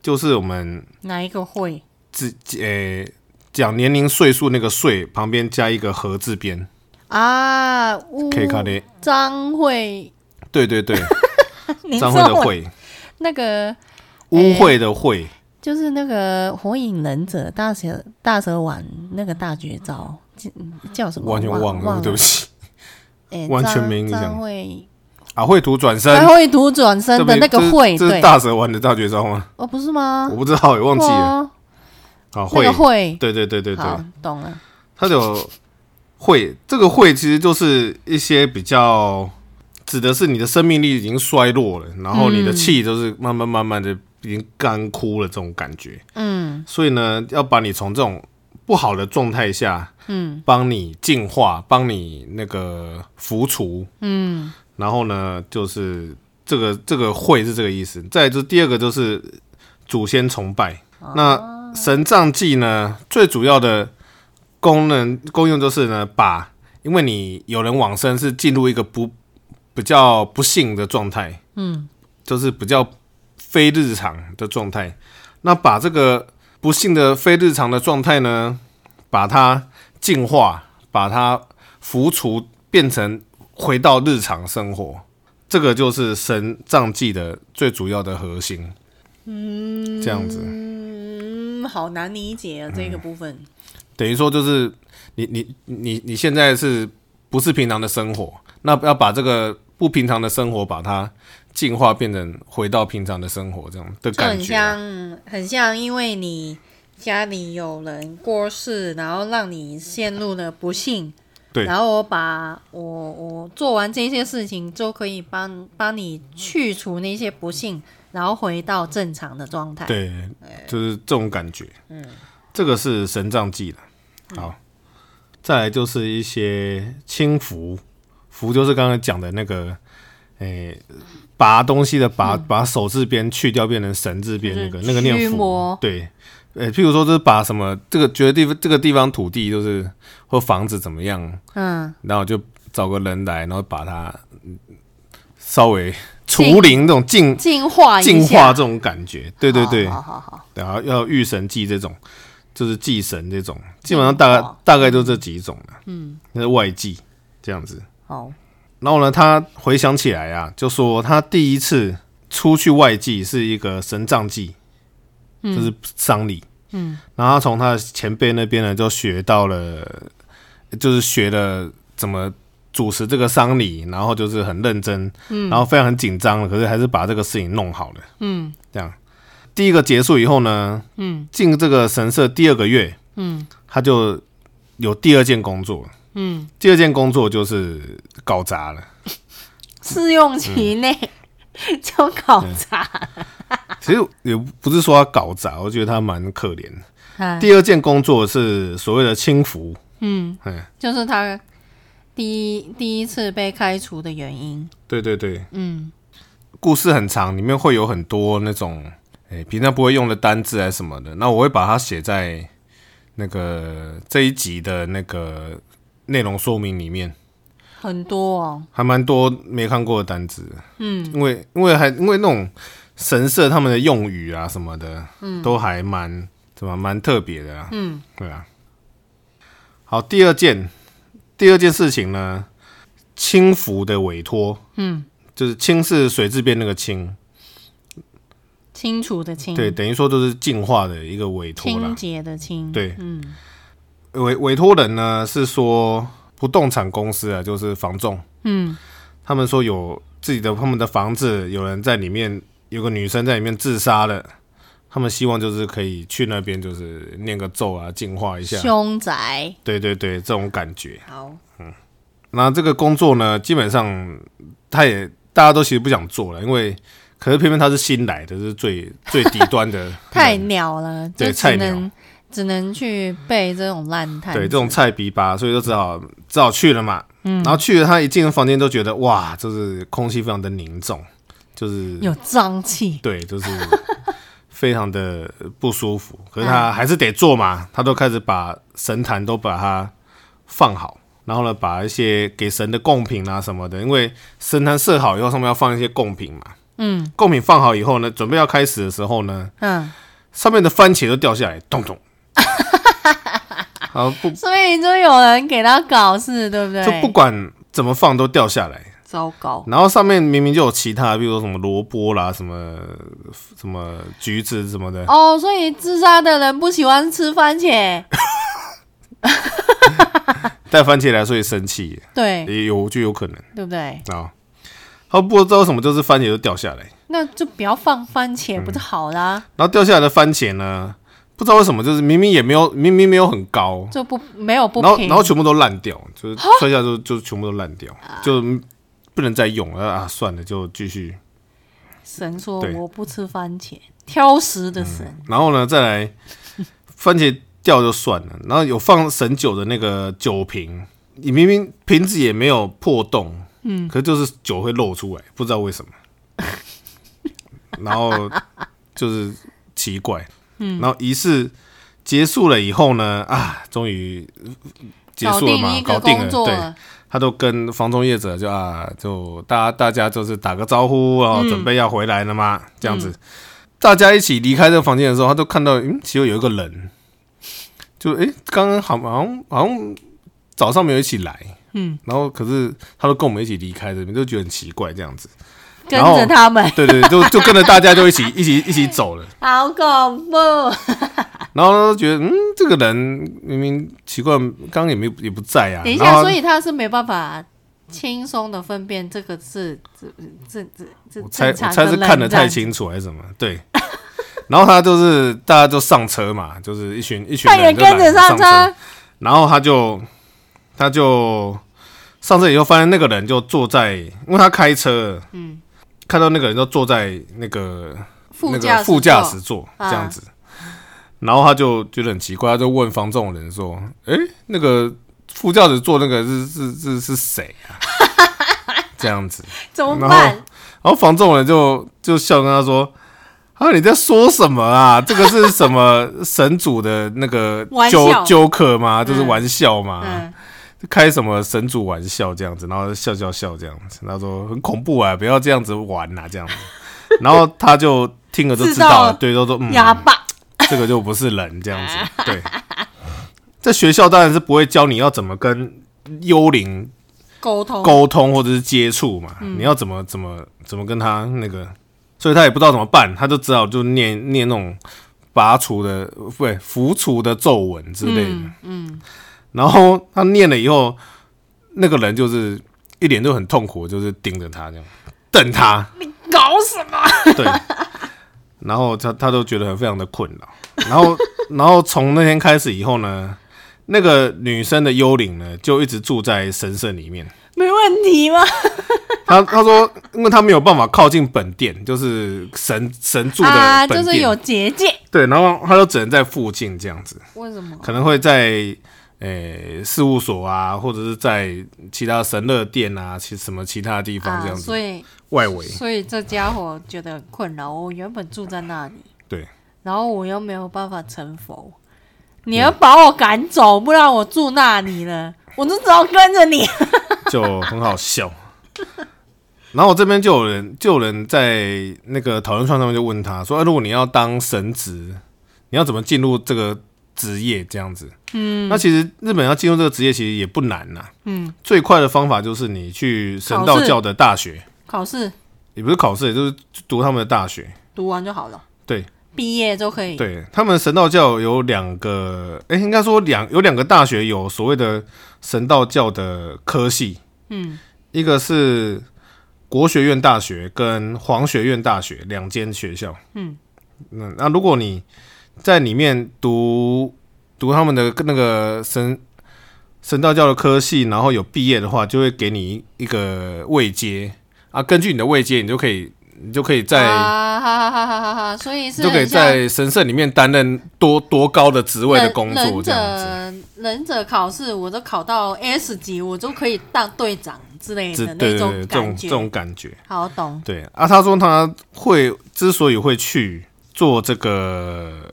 Speaker 2: 就是我们
Speaker 1: 哪一个会？
Speaker 2: 自诶讲年龄岁数那个岁旁边加一个和字边
Speaker 1: 啊，乌
Speaker 2: ，K 卡勒，
Speaker 1: 张会，
Speaker 2: 对对对，
Speaker 1: 你知
Speaker 2: 张惠
Speaker 1: 道
Speaker 2: 的
Speaker 1: 我
Speaker 2: 会，
Speaker 1: 那个
Speaker 2: 污秽的秽，
Speaker 1: 就是那个《火影忍者》大蛇大蛇丸那个大绝招，叫叫什么？
Speaker 2: 完全忘
Speaker 1: 忘
Speaker 2: 了，对不起。
Speaker 1: 哎
Speaker 2: 完全
Speaker 1: 张
Speaker 2: 没印象
Speaker 1: 张会，
Speaker 2: 啊，绘图转身
Speaker 1: 还，会读转
Speaker 2: 这
Speaker 1: 身的
Speaker 2: 边
Speaker 1: 那个
Speaker 2: 这是
Speaker 1: 会，
Speaker 2: 这是
Speaker 1: 对，
Speaker 2: 大蛇丸的大绝招吗？
Speaker 1: 哦，不是吗
Speaker 2: 我？不知道，也忘记了。
Speaker 1: 哇
Speaker 2: 啊，会
Speaker 1: 那个会，
Speaker 2: 对对对对对，
Speaker 1: 好，懂了。
Speaker 2: 它有会，这个会其实就是一些比较指的是你的生命力已经衰落了，然后
Speaker 1: 嗯
Speaker 2: 你的气都是慢慢慢慢的已经干枯了这种感觉。
Speaker 1: 嗯
Speaker 2: 所以呢，要把你从这种不好的状态下，
Speaker 1: 嗯，
Speaker 2: 帮你净化，帮你那个浮除，
Speaker 1: 嗯，
Speaker 2: 然后呢，就是这个这个会是这个意思。再来就是第二个就是祖先崇拜。
Speaker 1: 哦
Speaker 2: 那神杖祭呢，最主要的功能功用就是呢，把因为你有人往生是进入一个不比较不幸的状态，嗯，就是比较非日常的状态。那把这个不幸的非日常的状态呢，把它净化，把它浮除，变成回到日常生活。这个就是神藏记的最主要的核心。嗯，这样子
Speaker 1: 嗯，好难理解啊，这
Speaker 2: 嗯
Speaker 1: 个部分。
Speaker 2: 等于说就是你你你你现在是不是平常的生活？那要把这个不平常的生活把它净化，变成回到平常的生活这样的
Speaker 1: 就
Speaker 2: 感
Speaker 1: 很
Speaker 2: 觉啊。
Speaker 1: 像，很像，因为你家里有人过世，然后让你陷入了不幸。
Speaker 2: 对
Speaker 1: 然后我把我我做完这些事情，就可以帮帮你去除那些不幸，然后回到正常的状态。，
Speaker 2: 对，就是这种感觉。嗯，这个是神杖记的。
Speaker 1: 嗯
Speaker 2: 好，再来就是一些轻浮，浮就是刚才讲的那个，诶、拔东西的拔，把手字边去掉，变成神字
Speaker 1: 嗯
Speaker 2: 边
Speaker 1: 就是
Speaker 2: 那个那个念
Speaker 1: 驱
Speaker 2: 浮
Speaker 1: 魔。
Speaker 2: 对，呃、譬如说就是把什么这个觉得地方这个地方土地就是或房子怎么样，
Speaker 1: 嗯，
Speaker 2: 然后就找个人来，然后把它嗯稍微除灵这种净
Speaker 1: 净化一下，
Speaker 2: 净化这种感觉。对对对。
Speaker 1: 好好好好，
Speaker 2: 然后要御神祭这种，就是祭神这种，基本上大概
Speaker 1: 哦
Speaker 2: 大概就这几种了。嗯，那是外祭这样子。
Speaker 1: 好，
Speaker 2: 然后呢，他回想起来啊，就说他第一次出去外祭是一个神葬祭，就是丧礼。嗯，然后他从他的前辈那边呢，就学到了，就是学了怎么主持这个丧礼，然后就是很认真，嗯，然后非常很紧张，可是还是把这个事情弄好了。嗯，这样第一个结束以后呢，嗯，进这个神社第二个月，嗯，他就有第二件工作。嗯，第二件工作就是搞砸了。
Speaker 1: 试用
Speaker 2: 嗯
Speaker 1: 期内、 就考察。
Speaker 2: 其实也不是说他搞砸，我觉得他蛮可怜的。
Speaker 1: 嗯
Speaker 2: 第二件工作是所谓的轻浮，
Speaker 1: 嗯，
Speaker 2: 嗯，
Speaker 1: 就是他第一第一次被开除的原因。
Speaker 2: 对对对，
Speaker 1: 嗯
Speaker 2: 故事很长，里面会有很多那种诶、平常不会用的单字啊什么的。那我会把它写在那个这一集的那个内容说明里面，，
Speaker 1: 很多哦，
Speaker 2: 还蛮多没看过的单字。嗯，因为因为还因为那种神社他们的用语啊什么的，嗯，都还蛮怎么蛮特别的啊。
Speaker 1: 嗯，
Speaker 2: 对啊。好，第二件，第二件事情呢，轻浮的委托，嗯，就是轻是水字边那个轻，
Speaker 1: 清楚的清，
Speaker 2: 对，等于说就是净化的一个委托啦
Speaker 1: 清。洁的清，
Speaker 2: 对，
Speaker 1: 嗯
Speaker 2: 委委托人呢是说不动产公司啊，就是房仲，
Speaker 1: 嗯
Speaker 2: 他们说有自己的他们的房子，有人在里面，有个女生在里面自杀了。他们希望就是可以去那边，就是念个咒啊，净化一下。
Speaker 1: 凶宅，
Speaker 2: 对对对，这种感觉。
Speaker 1: 好，
Speaker 2: 那这个工作呢，基本上他也大家都其实不想做了，因为可是偏偏他是新来的，是最最底端的 人，
Speaker 1: 太鸟了，就
Speaker 2: 对
Speaker 1: 只
Speaker 2: 菜鸟
Speaker 1: 能只能去背这种烂摊。
Speaker 2: 对这种菜逼吧，所以就只好只好去了嘛。嗯，然后去了，他一进房间都觉得哇，就是空气非常的凝重，就是
Speaker 1: 有瘴气，
Speaker 2: 对，就是非常的不舒 服。可是他还是得做嘛，他都开始把神坛都把它放好，然后呢，把一些给神的贡品啊什么的，因为神坛设好以后，上面要放一些贡品嘛。嗯，贡品放好以后呢，准备要开始的时候呢，
Speaker 1: 嗯，
Speaker 2: 上面的番茄都掉下来，咚 咚。好不
Speaker 1: 所以就有人给他搞事，对不对？
Speaker 2: 就不管怎么放都掉下来，
Speaker 1: 糟糕，
Speaker 2: 然后上面明明就有其他，比如说什么萝卜啦、什么什么橘子什么的，
Speaker 1: 哦，所以自杀的人不喜欢吃番 茄，
Speaker 2: 带番茄来所以生气
Speaker 1: 对
Speaker 2: 也有就有可能
Speaker 1: 对不对？
Speaker 2: 啊。他不知道为什么，就是番茄就掉下来，
Speaker 1: 那就不要放番
Speaker 2: 嗯
Speaker 1: 茄，不就好啦？
Speaker 2: 然后掉下来的番茄呢，不知道为什么就是明明也没有明明没有很高，
Speaker 1: 就不没有不
Speaker 2: 然后
Speaker 1: 平
Speaker 2: 然，后全部都烂掉，就是摔下就就全部都烂掉，就不能再用了啊！算了，就继续
Speaker 1: 神说
Speaker 2: 对嗯
Speaker 1: 我不吃番茄，挑食的神，
Speaker 2: 然后呢，再来番茄掉就算了，然后有放神酒的那个酒瓶，你明明瓶子也没有破洞，嗯，可是就是酒会漏出来，不知道为什么。 然后就是奇怪，嗯，然后仪式结束了以后呢，啊，终于结
Speaker 1: 搞
Speaker 2: 束了
Speaker 1: 定
Speaker 2: 嘛，
Speaker 1: 一
Speaker 2: 搞
Speaker 1: 个
Speaker 2: 定
Speaker 1: 工
Speaker 2: 了，
Speaker 1: 作
Speaker 2: 对，
Speaker 1: 了，
Speaker 2: 他都跟房中业者就啊，就大家大家就是打个招呼，然后准备要回来了嘛，这样子，
Speaker 1: 嗯
Speaker 2: 大家一起离开这个房间的时候，他都看到，嗯，其中有一个人，就诶，刚刚好好像好像早上没有一起来，嗯，然后可是他都跟我们一起离开这边，就觉得很奇怪这样子，
Speaker 1: 跟
Speaker 2: 然后
Speaker 1: 着他们，
Speaker 2: 对对对，就就跟着大家就一起一起一起走了，
Speaker 1: 好恐怖，
Speaker 2: 然后他就觉得，嗯，这个人明明奇怪，刚刚也没也不在啊，
Speaker 1: 等一
Speaker 2: 然
Speaker 1: 下，
Speaker 2: 后
Speaker 1: 所以他是没办法轻松的分辨这个是这这这这
Speaker 2: 我猜我
Speaker 1: 正常
Speaker 2: 猜
Speaker 1: 的
Speaker 2: 是
Speaker 1: 人
Speaker 2: 看得
Speaker 1: 这样
Speaker 2: 太清楚还是什么？对。 然后他就是大家就上车嘛，就是一群一群
Speaker 1: 他也
Speaker 2: 人就
Speaker 1: 跟着
Speaker 2: 来
Speaker 1: 上
Speaker 2: 上
Speaker 1: 车，
Speaker 2: 然后他就他就上车以后，发现那个人就坐在，因为他开车，嗯，看到那个人就坐在那个
Speaker 1: 副
Speaker 2: 那
Speaker 1: 驾
Speaker 2: 个
Speaker 1: 驶
Speaker 2: 副驾
Speaker 1: 座
Speaker 2: 驶座这
Speaker 1: 啊
Speaker 2: 样子，然后他就觉得很奇怪，他就问方仲人说：“诶，那个副驾驶座那个是是是是谁啊？” 这样子，
Speaker 1: 怎么
Speaker 2: 然后
Speaker 1: 办？
Speaker 2: 然后房仲人就就笑跟他说：“啊，你在说什么啊？这个是 什么神主的那个
Speaker 1: 玩
Speaker 2: 纠
Speaker 1: 笑
Speaker 2: 纠葛吗？就是玩笑吗？
Speaker 1: 嗯，
Speaker 2: 开什么神主玩笑这样子？”然后笑笑笑这样子。他说：“很恐怖啊，不要这样子玩呐、啊，这样子。”然后他就听了就知
Speaker 1: 知道
Speaker 2: 道了，
Speaker 1: 了
Speaker 2: 对，都说嗯，
Speaker 1: 哑巴，
Speaker 2: 这个就不是人这样子。对， 在学校当然是不会教你要怎么跟幽灵
Speaker 1: 沟通
Speaker 2: 沟通或者是接触嘛，你要怎么怎么怎么跟他那个，所以他也不知道怎么办，他就只好就念念那种拔除的不对浮除的咒文之类的，嗯，然后他念了以后，那个人就是一脸就很痛苦，就是盯着他这样瞪 他，
Speaker 1: 搞什么？
Speaker 2: 对，然后他他都觉得很非常的困扰，然后然后从那天开始以后呢，那个女生的幽灵呢就一直住在神社里面。
Speaker 1: 没问题吗？
Speaker 2: 他他说，因为他没有办法靠近本殿，就是神神住的
Speaker 1: 啊，
Speaker 2: 本
Speaker 1: 就
Speaker 2: 殿，
Speaker 1: 是有结界，
Speaker 2: 对，然后他就只能在附近这样子，
Speaker 1: 为什么？
Speaker 2: 可能会在呃事务所啊，或者是在其他神乐殿啊，其什么其他地方这
Speaker 1: 啊，
Speaker 2: 样子，
Speaker 1: 所以
Speaker 2: 外围
Speaker 1: 所以这家伙觉得很困扰。我原本住在那里，
Speaker 2: 对，
Speaker 1: 然后我又没有办法成佛，你
Speaker 2: 嗯
Speaker 1: 要把我赶走，不然我住那里了，我就只好跟着你。
Speaker 2: 就很好笑。 然后我这边就有人就有人在那个讨论串上面就问他说，哎如果你要当神职，你要怎么进入这个职业这样子？嗯，那其实日本要进入这个职业其实也不难呐、
Speaker 1: 嗯，
Speaker 2: 最快的方法就是你去神
Speaker 1: 考
Speaker 2: 道
Speaker 1: 试
Speaker 2: 教的大学，
Speaker 1: 考试
Speaker 2: 也不是考试，也就是读他们的大学。
Speaker 1: 读完就好了，
Speaker 2: 对
Speaker 1: 毕业就可以。
Speaker 2: 对，他们神道教有两个，哎、应该说两有两个大学有所谓的神道教的科系，
Speaker 1: 嗯，
Speaker 2: 一个是国学院大学跟皇学院大学两间学校。
Speaker 1: 嗯
Speaker 2: 嗯，那如果你在里面读读他们的那个神神道教的科系，然后有毕业的话，就会给你一个位阶啊。根据你的位阶，你就可以你就可以在、
Speaker 1: 啊，哈哈哈哈哈哈！所以是
Speaker 2: 就可以
Speaker 1: 很像
Speaker 2: 在神社里面担任多多高的职位的
Speaker 1: 忍
Speaker 2: 工
Speaker 1: 忍
Speaker 2: 作，这样子。
Speaker 1: 者忍者考试，我都考到 S 级，我就可以当队长之类
Speaker 2: 这
Speaker 1: 的
Speaker 2: 对
Speaker 1: 那
Speaker 2: 对对，这
Speaker 1: 感
Speaker 2: 种
Speaker 1: 觉。
Speaker 2: 这种感觉，
Speaker 1: 好懂，
Speaker 2: 对啊。他说他会之所以会去做这个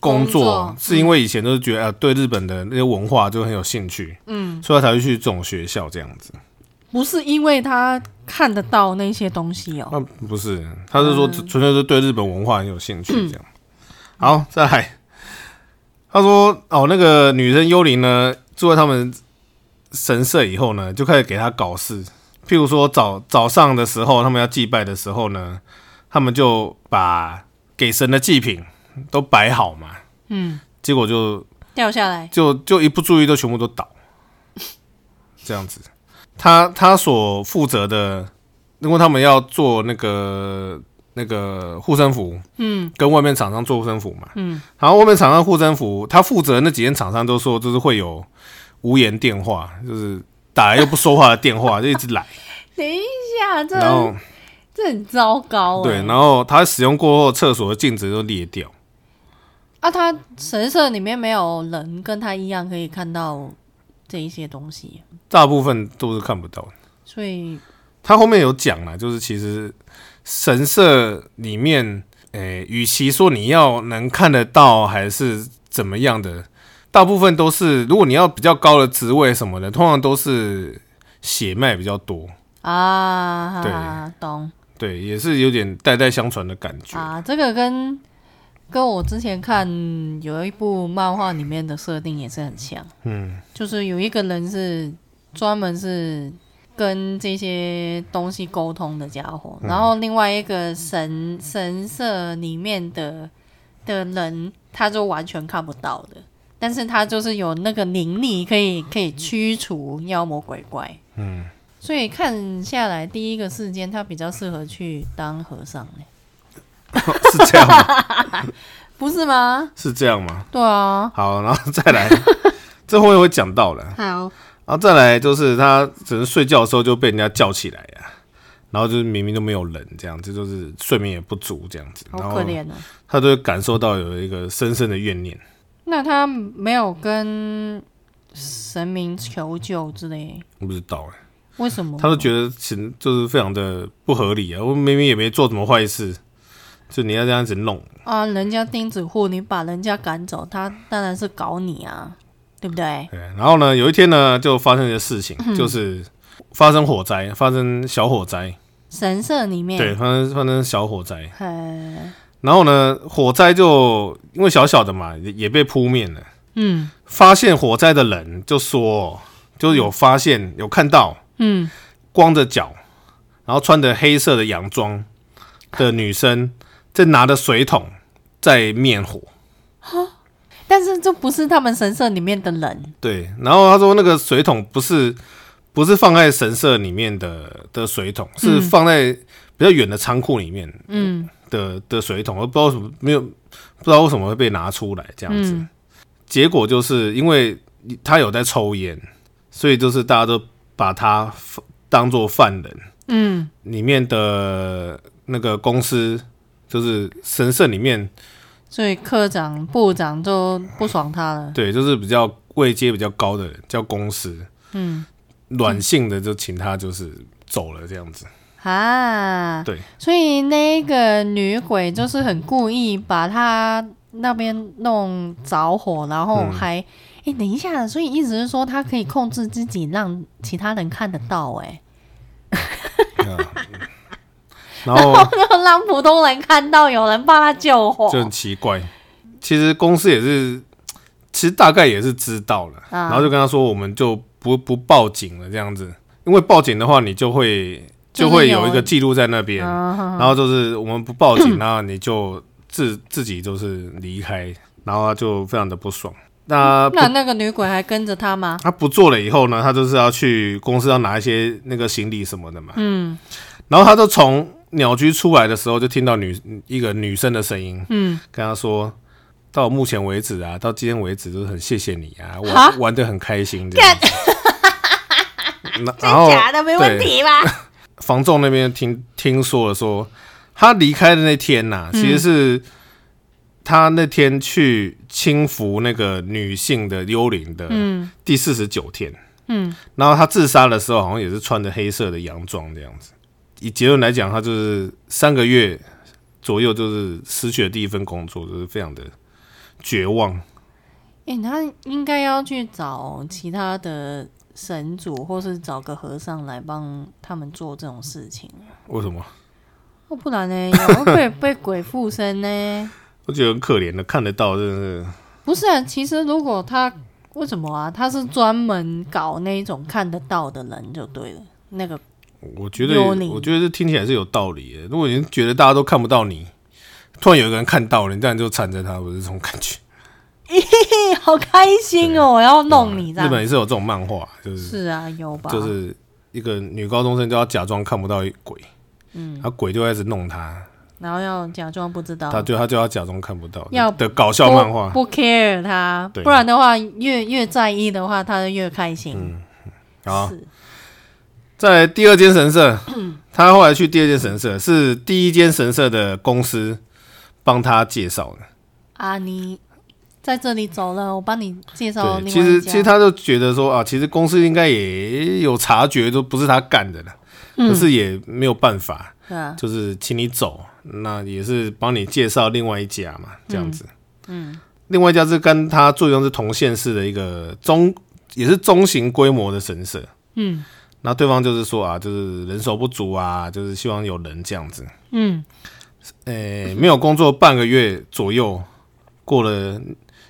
Speaker 2: 工
Speaker 1: 工作嗯
Speaker 2: 是因为以前都是觉得、啊，对日本的那些文化就很有兴趣，嗯，所以他才会去这种学校这样子。
Speaker 1: 不是因为他看得到那些东西哦。
Speaker 2: 那、啊不是，他是说纯粹是对日本文化很有兴趣这样。好，再来，他说哦，那个女生幽灵呢，住在他们神社以后呢，就开始给他搞事。譬如说早早上的时候，他们要祭拜的时候呢，他们就把给神的祭品都摆好嘛，
Speaker 1: 嗯，
Speaker 2: 结果就
Speaker 1: 掉下来，
Speaker 2: 就就一不注意就全部都倒， 这样子。他他所负责的，因为他们要做那个那个护身符，嗯，跟外面厂商做护身符嘛，嗯，然后外面厂商护身符，他负责的那几间厂商都说，就是会有无言电话，就是打来又不说话的电话， 就一直来，
Speaker 1: 等一下，这
Speaker 2: 然后
Speaker 1: 这很糟糕、
Speaker 2: 对，
Speaker 1: 欸。
Speaker 2: 然后他使用过后，厕所的镜子都裂掉，
Speaker 1: 啊，他神社里面没有人跟他一样可以看到这一些东西，
Speaker 2: 大部分都是看不到的。
Speaker 1: 所以
Speaker 2: 他后面有讲啦，就是其实神社里面，诶、与其说你要能看得到还是怎么样的，大部分都是如果你要比较高的职位什么的，通常都是血脉比较多，
Speaker 1: 啊，
Speaker 2: 对
Speaker 1: 哈懂
Speaker 2: 对，也是有点代代相传的感觉。
Speaker 1: 啊，这个跟跟我之前看有一部漫画里面的设定也是很像，
Speaker 2: 嗯，
Speaker 1: 就是有一个人是专门是跟这些东西沟通的家伙，
Speaker 2: 嗯
Speaker 1: 然后另外一个神神社里面的的人，他就完全看不到的，但是他就是有那个灵力，可以可以驱除妖魔鬼怪。嗯，所以看下来，第一个事件他比较适合去当和尚、欸，
Speaker 2: 是这样吗？
Speaker 1: 不是吗？
Speaker 2: 是这样 吗？
Speaker 1: 对啊，
Speaker 2: 好，然后再来，这后面会讲到了。
Speaker 1: 好，
Speaker 2: 然后再来就是他只能睡觉的时候就被人家叫起来呀、然后就是明明都没有人这样子，就是睡眠也不足这样子，
Speaker 1: 好
Speaker 2: 然后
Speaker 1: 可怜啊。
Speaker 2: 他都会感受到有一个深深的怨念。
Speaker 1: 那他没有跟神明求救之类，
Speaker 2: 我不知道哎、
Speaker 1: 为什么？
Speaker 2: 他都觉得其实就是非常的不合理啊！我明明也没做什么坏事，就你要这样子弄，
Speaker 1: 啊，人家钉子户，你把人家赶走，他当然是搞你啊，对不对？
Speaker 2: 对，然后呢，有一天呢，就发生一个事情，就是发生火灾，发生小火灾，
Speaker 1: 神社里面，
Speaker 2: 对，发生发生小火灾，
Speaker 1: 呃，
Speaker 2: 然后呢，火灾就因为小小的嘛，也也被扑灭了。
Speaker 1: 嗯
Speaker 2: 发现火灾的人就说，就是有发现有看到
Speaker 1: 嗯，
Speaker 2: 光着脚，然后穿着黑色的洋装的女生，在拿着水桶在灭火。
Speaker 1: 但是这不是他们神社里面的人，
Speaker 2: 对，然后他说那个水桶不是不是放在神社里面的的水桶，是放在比较远的仓库里面
Speaker 1: 嗯
Speaker 2: 的的水桶，而不知道为什么没有不知道为什么会被拿出来这样子。
Speaker 1: 嗯
Speaker 2: 结果就是因为他有在抽烟，所以就是大家都把他当做犯人。
Speaker 1: 嗯，
Speaker 2: 里面的那个公司，就是神社里面，
Speaker 1: 所以科长部长就不爽他了，
Speaker 2: 对，就是比较位阶比较高的人叫公司，
Speaker 1: 嗯
Speaker 2: 软性的就请他就是走了这样子。
Speaker 1: 啊，
Speaker 2: 对，
Speaker 1: 所以那个女鬼就是很故意把他那边弄着火，然后
Speaker 2: 嗯
Speaker 1: 还，哎、等一下，所以意思是说他可以控制自己，让其他人看得到、诶。哎。
Speaker 2: 然后
Speaker 1: 要 让普通人看到有人帮他救火
Speaker 2: 就很奇怪，其实公司也是，其实大概也是知道了，
Speaker 1: 啊
Speaker 2: 然后就跟他说，我们就不不报警了这样子，因为报警的话，你就会
Speaker 1: 就是
Speaker 2: 就会
Speaker 1: 有
Speaker 2: 有一个记录在那边，
Speaker 1: 啊，
Speaker 2: 然后就是我们不 报警，然后你就自自己就是离开，然后他就非常的不爽。那不
Speaker 1: 那那个女鬼还跟着他吗？
Speaker 2: 他不做了以后呢，他就是要去公司要拿一些那个行李什么的嘛。
Speaker 1: 嗯
Speaker 2: 然后他就从鸟居出来的时候，就听到女一个女生的声音
Speaker 1: 嗯，
Speaker 2: 跟他说：“到目前为止啊，到今天为止，就是很谢谢你
Speaker 1: 哈
Speaker 2: 啊，玩玩的很开心这样子。那”然后
Speaker 1: 的没
Speaker 2: 问
Speaker 1: 题吧？
Speaker 2: 房仲那边听听说了说，他离开的那天呐、其实是他那天去轻浮那个女性的幽灵的第四十九天。
Speaker 1: 嗯，
Speaker 2: 然后他自杀的时候，好像也是穿着黑色的洋装这样子。以结论来讲，他就是三个月左右，就是失去了第一份工作，就是非常的绝望。
Speaker 1: 哎、他应该要去找其他的神主，或是找个和尚来帮他们做这种事情，
Speaker 2: 为什么？
Speaker 1: 哦，不然呢， 也会被被鬼附身呢。
Speaker 2: 我觉得很可怜的，看得到，真的是
Speaker 1: 不是、啊，其实如果他为什么啊？他是专门搞那一种看得到的人就对了，那个
Speaker 2: 我觉得，
Speaker 1: 幽灵
Speaker 2: 我觉得这听起来是有道理的。如果你觉得大家都看不到你，突然有一个人看到了，你当然就缠着他，不是这种感觉。
Speaker 1: 嘿哎好开心哦，我要弄你这
Speaker 2: 日本
Speaker 1: 样。
Speaker 2: 也是有这种漫画，就是
Speaker 1: 是啊，有吧？
Speaker 2: 就是一个女高中生就要假装看不到鬼，嗯，她鬼就开始弄她，
Speaker 1: 然后要假装不知道，
Speaker 2: 她就她就要假装看不到
Speaker 1: 哦要
Speaker 2: 的搞笑漫画。
Speaker 1: 不不 care 他，
Speaker 2: 对
Speaker 1: 不然的话，越越在意的话，他就越开心。
Speaker 2: 嗯好，
Speaker 1: 是
Speaker 2: 在第二间神社，
Speaker 1: 嗯
Speaker 2: 他后来去第二间神社，是第一间神社的公司帮他介绍的。
Speaker 1: 啊，你在这里走了，我帮你介绍另
Speaker 2: 对，
Speaker 1: 外
Speaker 2: 其实
Speaker 1: 一
Speaker 2: 其
Speaker 1: 家。
Speaker 2: 实他就觉得说啊，其实公司应该也有察觉，都不是他干的了，
Speaker 1: 嗯
Speaker 2: 可是也没有办法，
Speaker 1: 对啊，
Speaker 2: 就是请你走，那也是帮你介绍另外一家嘛，这样子。嗯，另外一家是跟他最终是同县市的一个中，也是中型规模的神社。
Speaker 1: 嗯
Speaker 2: 那对方就是说啊，就是人手不足啊，就是希望有人这样子。
Speaker 1: 嗯，
Speaker 2: 诶、没有工作半个月左右，过了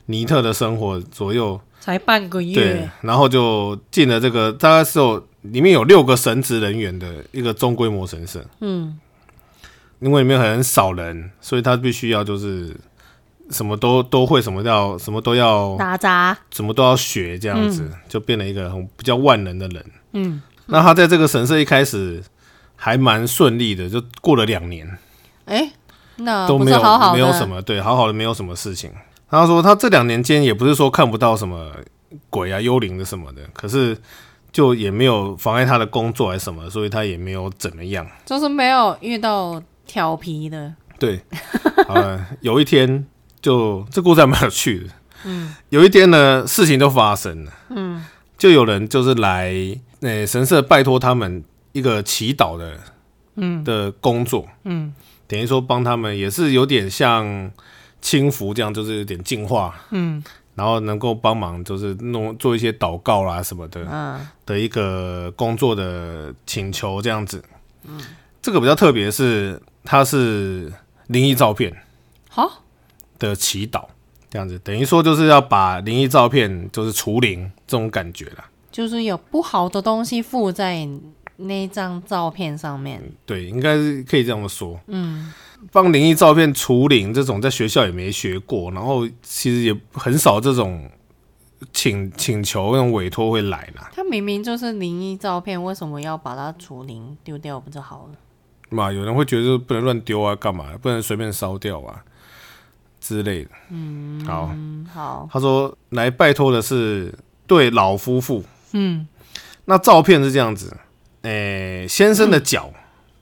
Speaker 2: 尼特的生活左右，
Speaker 1: 才半个
Speaker 2: 对
Speaker 1: 月，，
Speaker 2: 然后就进了这个，大概是有里面有六个神职人员的一个中规模神社，
Speaker 1: 嗯，
Speaker 2: 因为里面很少人，所以他必须要就是什么都都会，什么要什么都要，
Speaker 1: 打杂，
Speaker 2: 什么都要学，这样子、就变了一个很比较万能的人。
Speaker 1: 嗯，
Speaker 2: 那他在这个神社一开始还蛮顺利的，就过了两年。
Speaker 1: 哎，那
Speaker 2: 都
Speaker 1: 不
Speaker 2: 没
Speaker 1: 是
Speaker 2: 有
Speaker 1: 好好的，
Speaker 2: 没有什么对，好好的没有什么事情。他说他这两年间也不是说看不到什么鬼啊、幽灵的什么的，可是就也没有妨碍他的工作还是什么，所以他也没有怎么样。
Speaker 1: 就是没有遇到调皮的，
Speaker 2: 对， 好了，有一天就这故事还蛮有趣的。嗯，有一天呢，事情就发生了。嗯，就有人就是来呃、神社拜托他们一个祈祷的，嗯的工作。嗯，等于说帮他们也是有点像轻浮这样，就是有点净化。嗯，然后能够帮忙就是弄做一些祷告啦什么的。
Speaker 1: 嗯，
Speaker 2: 的一个工作的请求这样子。嗯，这个比较特别是它是灵异照片
Speaker 1: 好，
Speaker 2: 的祈祷这样子，等于说就是要把灵异照片就是除灵这种感觉啦。
Speaker 1: 就是有不好的东西附在那张照片上面，
Speaker 2: 对，应该是可以这么说。嗯，帮灵异照片除灵这种，在学校也没学过，然后其实也很少这种请请求那种委托会来啦。
Speaker 1: 它明明就是灵异照片，为什么要把它除灵丢掉不就好了？
Speaker 2: 嘛，有人会觉得不能乱丢啊，干嘛不能随便烧掉啊之类的。嗯，好，
Speaker 1: 嗯，好，
Speaker 2: 他说来拜托的是对老夫妇，
Speaker 1: 嗯，
Speaker 2: 那照片是这样子，诶、先生的脚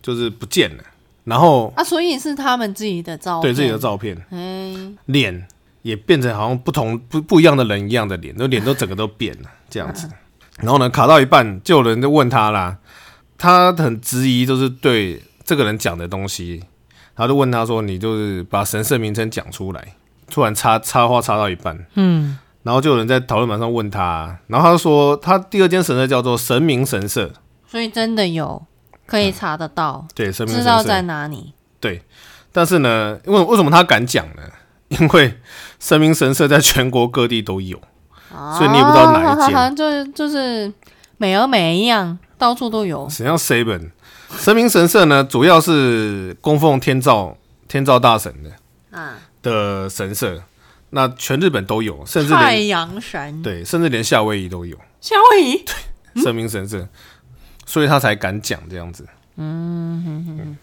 Speaker 2: 就是不见了，然后
Speaker 1: 啊，所以是他们自己的照
Speaker 2: 对
Speaker 1: 片，
Speaker 2: 自己的，照片，
Speaker 1: 哎，
Speaker 2: 脸也变成好像不同不不一样的人一样的脸，就脸都整个都变了这样子。然后呢，卡到一半就有人就问他啦，他很质疑，就是对这个人讲的东西，他就问他说：“你就是把神圣名称讲出来。”突然插插话插到一半，
Speaker 1: 嗯，
Speaker 2: 然后就有人在讨论板上问他，然后他就说他第二间神社叫做神明神社，
Speaker 1: 所以真的有可以查得到，
Speaker 2: 嗯对，神明
Speaker 1: 知
Speaker 2: 神
Speaker 1: 道
Speaker 2: 社
Speaker 1: 在哪里，
Speaker 2: 对，但是呢，因为为什么他敢讲呢？ 因为神明神社在全国各地都有，
Speaker 1: 所
Speaker 2: 所以你也不知道哪一间
Speaker 1: 好像就是就是美而美一样，到处都有，
Speaker 2: 神像 seven 神明神社呢，主要是供奉天照天照大神的
Speaker 1: 啊，
Speaker 2: 的神社，那全日本都有，甚至
Speaker 1: 太
Speaker 2: 连
Speaker 1: 阳神，
Speaker 2: 对，甚至连夏威夷都有
Speaker 1: 夏威夷，
Speaker 2: 神明神社，所以他才敢讲这样子。嗯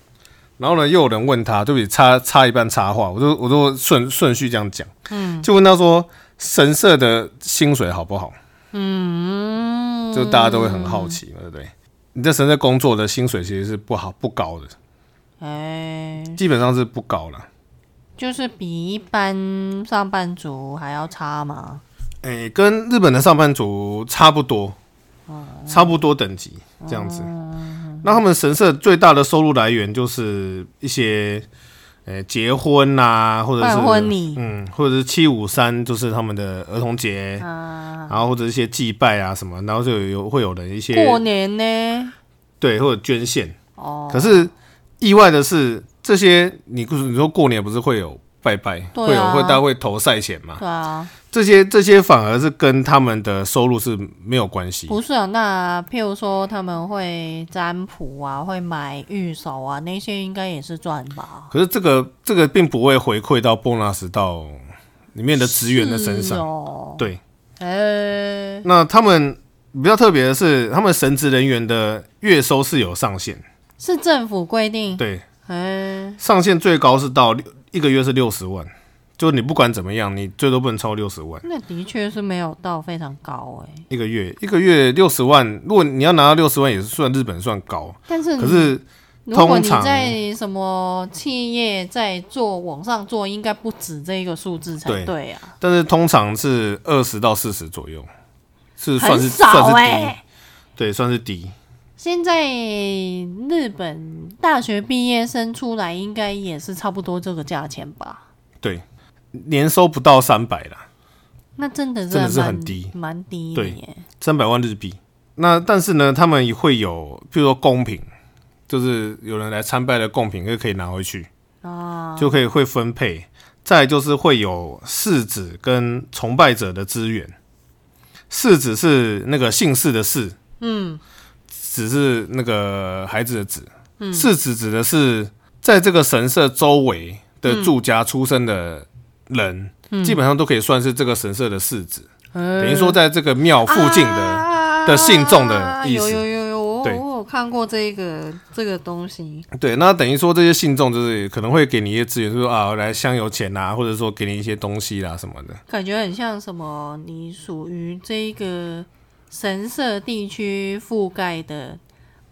Speaker 2: 然后呢，又有人问他，对不起，插插一半插话，我就我就顺顺序这样讲，嗯，就问他说神社的薪水好不好？
Speaker 1: 嗯，
Speaker 2: 就大家都会很好奇嘛，对不对？你在神社工作的薪水其实是不好不高的，
Speaker 1: 哎，
Speaker 2: 基本上是不高了。
Speaker 1: 就是比一般上班族还要差嘛。
Speaker 2: 诶、跟日本的上班族差不多，
Speaker 1: 哦
Speaker 2: 差不多等级这样子。那他们神社最大的收入来源就是一些，诶、结婚呐、或者是
Speaker 1: 办婚礼
Speaker 2: 嗯，或者是七五三，就是他们的儿童节，
Speaker 1: 啊
Speaker 2: 然后或者一些祭拜啊什么，然后就有有会有人一些
Speaker 1: 过年呢，
Speaker 2: 对，或者捐献。
Speaker 1: 哦，
Speaker 2: 可是意外的是，这些你你说过年不是会有拜拜，
Speaker 1: 对
Speaker 2: 会有
Speaker 1: 啊
Speaker 2: 会大家会投赛钱嘛？
Speaker 1: 对啊，
Speaker 2: 这些这些反而是跟他们的收入是没有关系。
Speaker 1: 不是啊。那譬如说他们会占卜啊，会买玉手啊，那些应该也是赚吧？
Speaker 2: 可是这个这个并不会回馈到 bonus 到里面的职员的身
Speaker 1: 是
Speaker 2: 上。
Speaker 1: 哦，
Speaker 2: 对，
Speaker 1: 哎，
Speaker 2: 那他们比较特别的是，他们神职人员的月收是有上限，
Speaker 1: 是政府规定，
Speaker 2: 对，
Speaker 1: 哎，
Speaker 2: 上限最高是到六一个月是六十万，就你不管怎么样，你最多不能超六十万
Speaker 1: 那的确是没有到非常高哎，
Speaker 2: 一个月，一个月六十万，如果你要拿到六十万，也是算日本算高，
Speaker 1: 但是
Speaker 2: 可是
Speaker 1: 如果你
Speaker 2: 通常
Speaker 1: 在什么企业在做往上做，应该不止这个数字才
Speaker 2: 对
Speaker 1: 对啊。
Speaker 2: 但是通常是二十到四十左右，是算是、
Speaker 1: 很少
Speaker 2: 算是低
Speaker 1: 欸，
Speaker 2: 对，算是低。
Speaker 1: 现在日本大学毕业生出来，应该也是差不多这个价钱吧？
Speaker 2: 对，年收不到三百啦，
Speaker 1: 那真的是
Speaker 2: 真的是
Speaker 1: 蛮
Speaker 2: 很低
Speaker 1: 蛮低的
Speaker 2: 对
Speaker 1: 耶。
Speaker 2: 三百万日币。那但是呢，他们也会有，譬如说贡品，就是有人来参拜的贡品，就可以拿回去啊，就可以会分配。再来就是会有世子跟崇拜者的资源，世子是那个姓氏的氏，嗯，子是那个孩子的子，世子指的是在这个神社周围的住家出生的人，基本上都可以算是这个神社的世子。等于说在这个庙附近的，
Speaker 1: 啊
Speaker 2: 的信众的意思
Speaker 1: 有有有有，我
Speaker 2: 对
Speaker 1: 我有看过这个这个东西，
Speaker 2: 对，那等于说这些信众就是可能会给你一些资源，就是说啊来香油钱啊，或者说给你一些东西啦、什么的。
Speaker 1: 感觉很像什么？你属于这个神社地区覆盖的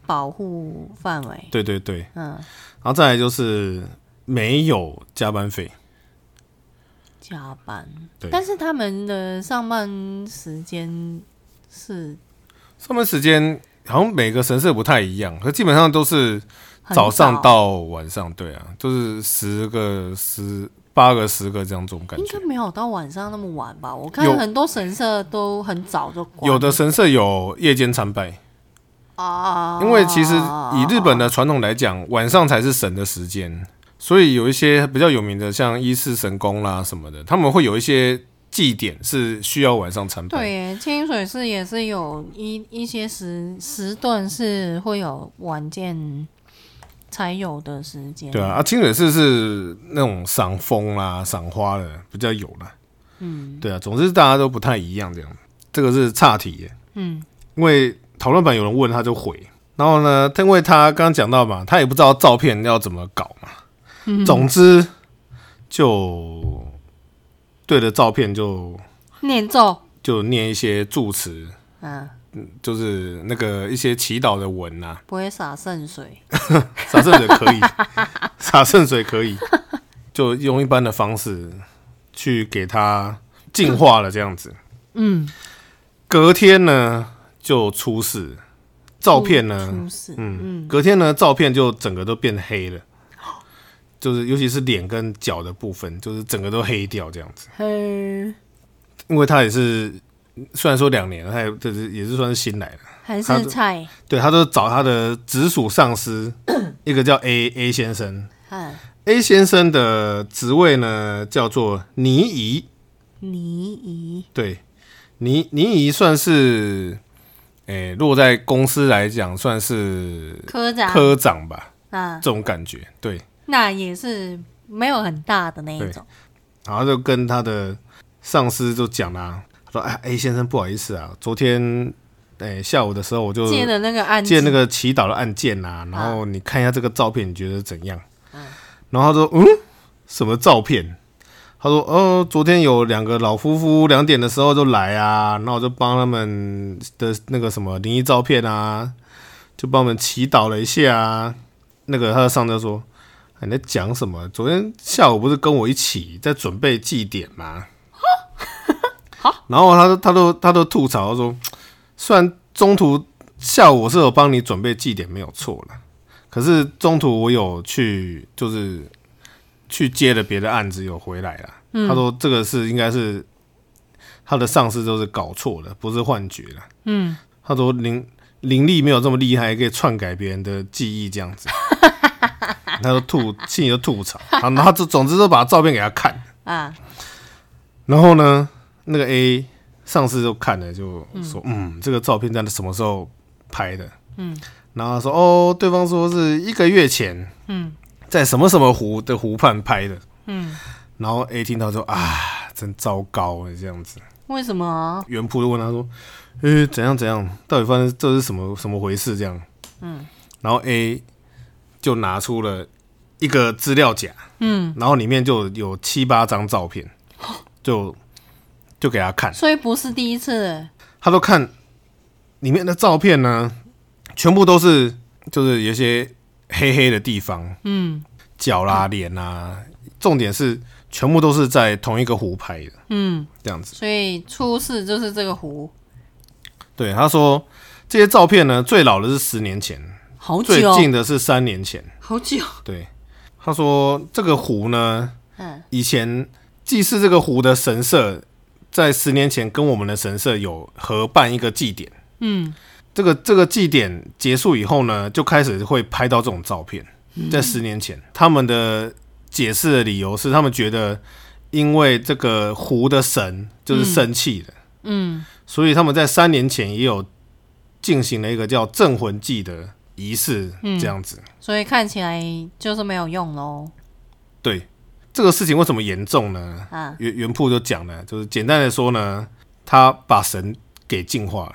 Speaker 1: 保护范围。
Speaker 2: 对对对，
Speaker 1: 嗯，
Speaker 2: 然后再来就是没有加班费，
Speaker 1: 加班
Speaker 2: 对，
Speaker 1: 但是他们的上班时间是
Speaker 2: 上班时间好像每个神社不太一样，可基本上都是
Speaker 1: 很
Speaker 2: 早上
Speaker 1: 早
Speaker 2: 到晚上，对啊，就是十个十八个十个这样这种感
Speaker 1: 应
Speaker 2: 觉
Speaker 1: 该。没有到晚上那么晚吧？我看
Speaker 2: 有
Speaker 1: 很多神社都很早就关，
Speaker 2: 有的神社有夜间参拜，
Speaker 1: 啊，
Speaker 2: 因为其实以日本的传统来讲，晚上才是神的时间，所以有一些比较有名的，像伊势神宫啦什么的，他们会有一些祭典是需要晚上参拜。
Speaker 1: 对耶清水寺也是有一一些时时段是会有晚间才有的时间，
Speaker 2: 对啊，，啊，清水寺是那种赏枫啦、赏花的比较有啦。嗯，对啊，总之大家都不太一样这样。这个是岔题耶。嗯，因为讨论版有人问他就回，然后呢，因为他刚刚讲到嘛，他也不知道照片要怎么搞嘛。嗯，总之就对着照片就
Speaker 1: 念咒，
Speaker 2: 就念一些祝词，
Speaker 1: 嗯，
Speaker 2: 就是那个一些祈祷的文啊呐、
Speaker 1: 不会洒圣水，
Speaker 2: 洒圣水可以，洒圣水可以，就用一般的方式去给它净化了，这样子。
Speaker 1: 嗯，
Speaker 2: 隔天呢就出事，照片呢，
Speaker 1: 出事，嗯
Speaker 2: 隔天呢照片就整个都变黑了，就是尤其是脸跟脚的部分，就是整个都黑掉这样子。
Speaker 1: 嘿，
Speaker 2: 因为他也是虽然说两年了，他也就是也是算是新来的，
Speaker 1: 还
Speaker 2: 他
Speaker 1: 是
Speaker 2: 的
Speaker 1: 菜，
Speaker 2: 对他都找他的直属上司，一个叫 A A 先生。
Speaker 1: 嗯，
Speaker 2: A 先生的职位呢叫做尼姨，
Speaker 1: 泥姨，
Speaker 2: 对，尼尼姨算是，诶、落在公司来讲算是
Speaker 1: 科长
Speaker 2: 科长吧，
Speaker 1: 啊
Speaker 2: 这，种感觉，对，
Speaker 1: 那也是没有很大的那一种，
Speaker 2: 然后就跟他的上司就讲啦、他说，哎，A 先生不好意思啊，昨天，诶、下午的时候我就
Speaker 1: 借的那个案
Speaker 2: 借
Speaker 1: 件，啊
Speaker 2: 那个祈祷的按键呐、然后你看一下这个照片，你觉得怎样？然后他说，嗯，什么照片？他说，哦，昨天有两个老夫妇两点的时候就来啊，然后我就帮他们的那个什么灵异照片啊，就帮我们祈祷了一下啊。那个他的上司说，哎你在讲什么？昨天下午不是跟我一起在准备祭典吗？然后他都他都他都吐槽说，虽然中途下午我是有帮你准备祭典没有错了，可是中途我有去就是去接了别的案子有回来了。他说这个是应该是他的上司都是搞错了，不是幻觉了。嗯，他说灵灵力没有这么厉害，可以篡改别人的记忆这样子。他就吐，心里就吐槽，然后他就总之就把照片给他看，
Speaker 1: 啊，
Speaker 2: 然后呢，那个 A 上司就看了，就说：“嗯这个照片在什么时候拍的？”嗯，然后他说：“哦，对方说是一个月前，嗯，在什么什么湖的湖畔拍的。”嗯，然后 A 听到就啊，真糟糕啊，这样子。
Speaker 1: 为什么？
Speaker 2: 原铺就问他说：“呃，怎样怎样？到底发生这是什么什么回事？”这样，嗯，然后 A 就拿出了一个资料夹，嗯，然后里面就有七八张照片，就就给他看，
Speaker 1: 所以不是第一次，
Speaker 2: 他都看里面的照片呢，全部都是就是有一些黑黑的地方，嗯，脚啦、脸啦，重点是全部都是在同一个湖拍的，
Speaker 1: 嗯，
Speaker 2: 这样子。
Speaker 1: 所以出事就是这个湖，
Speaker 2: 对，他说这些照片呢，最老的是十年前，
Speaker 1: 好
Speaker 2: 最
Speaker 1: 久，哦
Speaker 2: 近的是三年前。
Speaker 1: 好久，
Speaker 2: 对，他说这个湖呢，
Speaker 1: 嗯，
Speaker 2: 以前祭祀这个湖的神社，在十年前跟我们的神社有合办一个祭典。
Speaker 1: 嗯，
Speaker 2: 这个这个祭典结束以后呢，就开始会拍到这种照片。
Speaker 1: 嗯
Speaker 2: 在十年前，他们的解释的理由是，他们觉得因为这个湖的神就是生气的，
Speaker 1: 嗯，
Speaker 2: 所以他们在三年前也有进行了一个叫镇魂祭的仪式，
Speaker 1: 嗯
Speaker 2: 这样子。
Speaker 1: 所以看起来就是没有用喽，
Speaker 2: 对这个事情为什么严重呢？
Speaker 1: 啊，
Speaker 2: 原原铺就讲了，就是简单的说呢，他把神给净化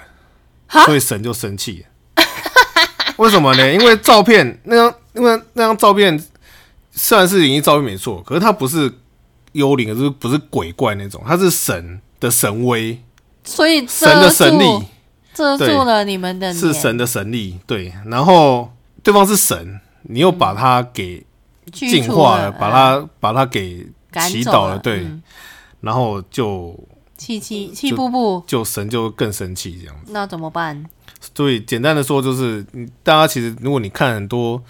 Speaker 2: 了，所以神就生气了。 为什么呢？因为照片那张，因为那张照片虽然是灵异照片没错，可是它不是幽灵，就是不是鬼怪那种，它是神的神威，
Speaker 1: 所以
Speaker 2: 神的神力。
Speaker 1: 遮
Speaker 2: 对
Speaker 1: 住了你们的脸，
Speaker 2: 是神的神力，对。然后对方是神，你又把他给
Speaker 1: 驱
Speaker 2: 净
Speaker 1: 除
Speaker 2: 化
Speaker 1: 了，
Speaker 2: 把
Speaker 1: 嗯
Speaker 2: 他把他给
Speaker 1: 赶
Speaker 2: 祈
Speaker 1: 走
Speaker 2: 祷了，
Speaker 1: 了
Speaker 2: 对。
Speaker 1: 嗯
Speaker 2: 然后就
Speaker 1: 气气气不不，
Speaker 2: 就神就更生气这样。
Speaker 1: 那怎么办？
Speaker 2: 所以简单的说，就是嗯大家其实如果你看很多、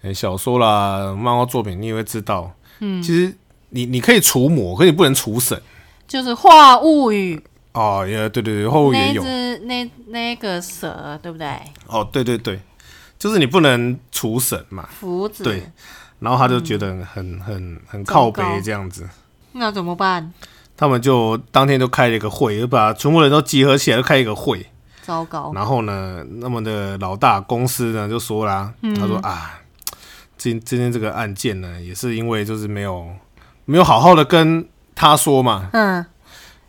Speaker 2: 呃小说啦、漫画作品，你也会知道，嗯，其实你你可以除魔，可你不能除神。
Speaker 1: 就是《化物语
Speaker 2: 哦，也对对对，后》
Speaker 1: 那
Speaker 2: 也
Speaker 1: 一
Speaker 2: 有
Speaker 1: 只那那个蛇，对不对？
Speaker 2: 哦，对对对，就是你不能除神嘛，
Speaker 1: 福子，
Speaker 2: 对，然后他就觉得很、很很靠
Speaker 1: 嗯
Speaker 2: 背
Speaker 1: 糟糕
Speaker 2: 这样子，
Speaker 1: 那怎么办？
Speaker 2: 他们就当天就开了一个会，就把全部人都集合起来，就开一个会。
Speaker 1: 糟糕，
Speaker 2: 然后呢，那么的老大公司呢就说啦，
Speaker 1: 嗯
Speaker 2: 他说啊，今今天这个案件呢，也是因为就是没有没有好好的跟他说嘛，
Speaker 1: 嗯，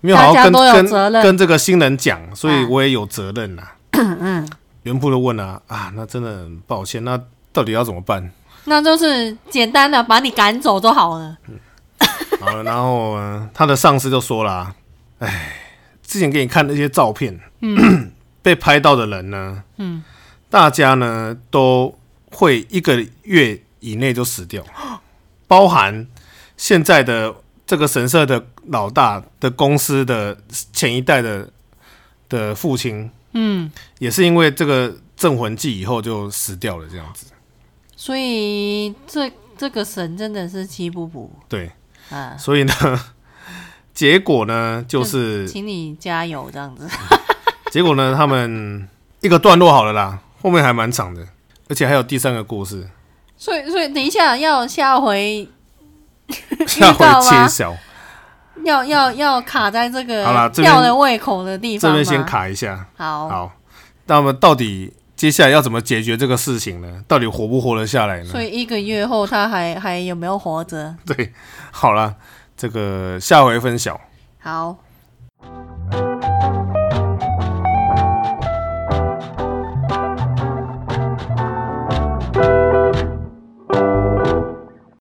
Speaker 2: 没有好好
Speaker 1: 大家
Speaker 2: 跟
Speaker 1: 都有
Speaker 2: 跟
Speaker 1: 责任
Speaker 2: 跟这个新人讲，所以
Speaker 1: 啊
Speaker 2: 我也有责任啦。
Speaker 1: 嗯
Speaker 2: 原铺就问了啊，那真的很抱歉，那到底要怎么办？
Speaker 1: 那就是简单的把你赶走就好了。
Speaker 2: 好了，然后呢他的上司就说啦：“哎，之前给你看那些照片， 被拍到的人呢，嗯，大家呢都会一个月以内就死掉，包含现在的这个神社的老大的公司的前一代的的父亲，
Speaker 1: 嗯，
Speaker 2: 也是因为这个镇魂剂以后就死掉了，这样子，
Speaker 1: 所以这这个神真的是气不补
Speaker 2: 对，
Speaker 1: 啊，
Speaker 2: 所以呢，结果呢就是。”
Speaker 1: 请你加油这样子。
Speaker 2: 结果呢，他们一个段落好了啦，后面还蛮长的，而且还有第三个 故事，
Speaker 1: 所以所以等一下要下回
Speaker 2: 下回
Speaker 1: 到吗
Speaker 2: 揭晓。
Speaker 1: 要要要卡在这个
Speaker 2: 好啦这边
Speaker 1: 吊人胃口的地
Speaker 2: 这
Speaker 1: 方
Speaker 2: 边
Speaker 1: 吗？
Speaker 2: 先卡一下，
Speaker 1: 好，
Speaker 2: 好，那么到底接下来要怎么解决这个事情呢？到底活不活得下来呢
Speaker 1: 所？以一个月后他还还有没有活着？
Speaker 2: 对，好啦，这个下回分晓。
Speaker 1: 好，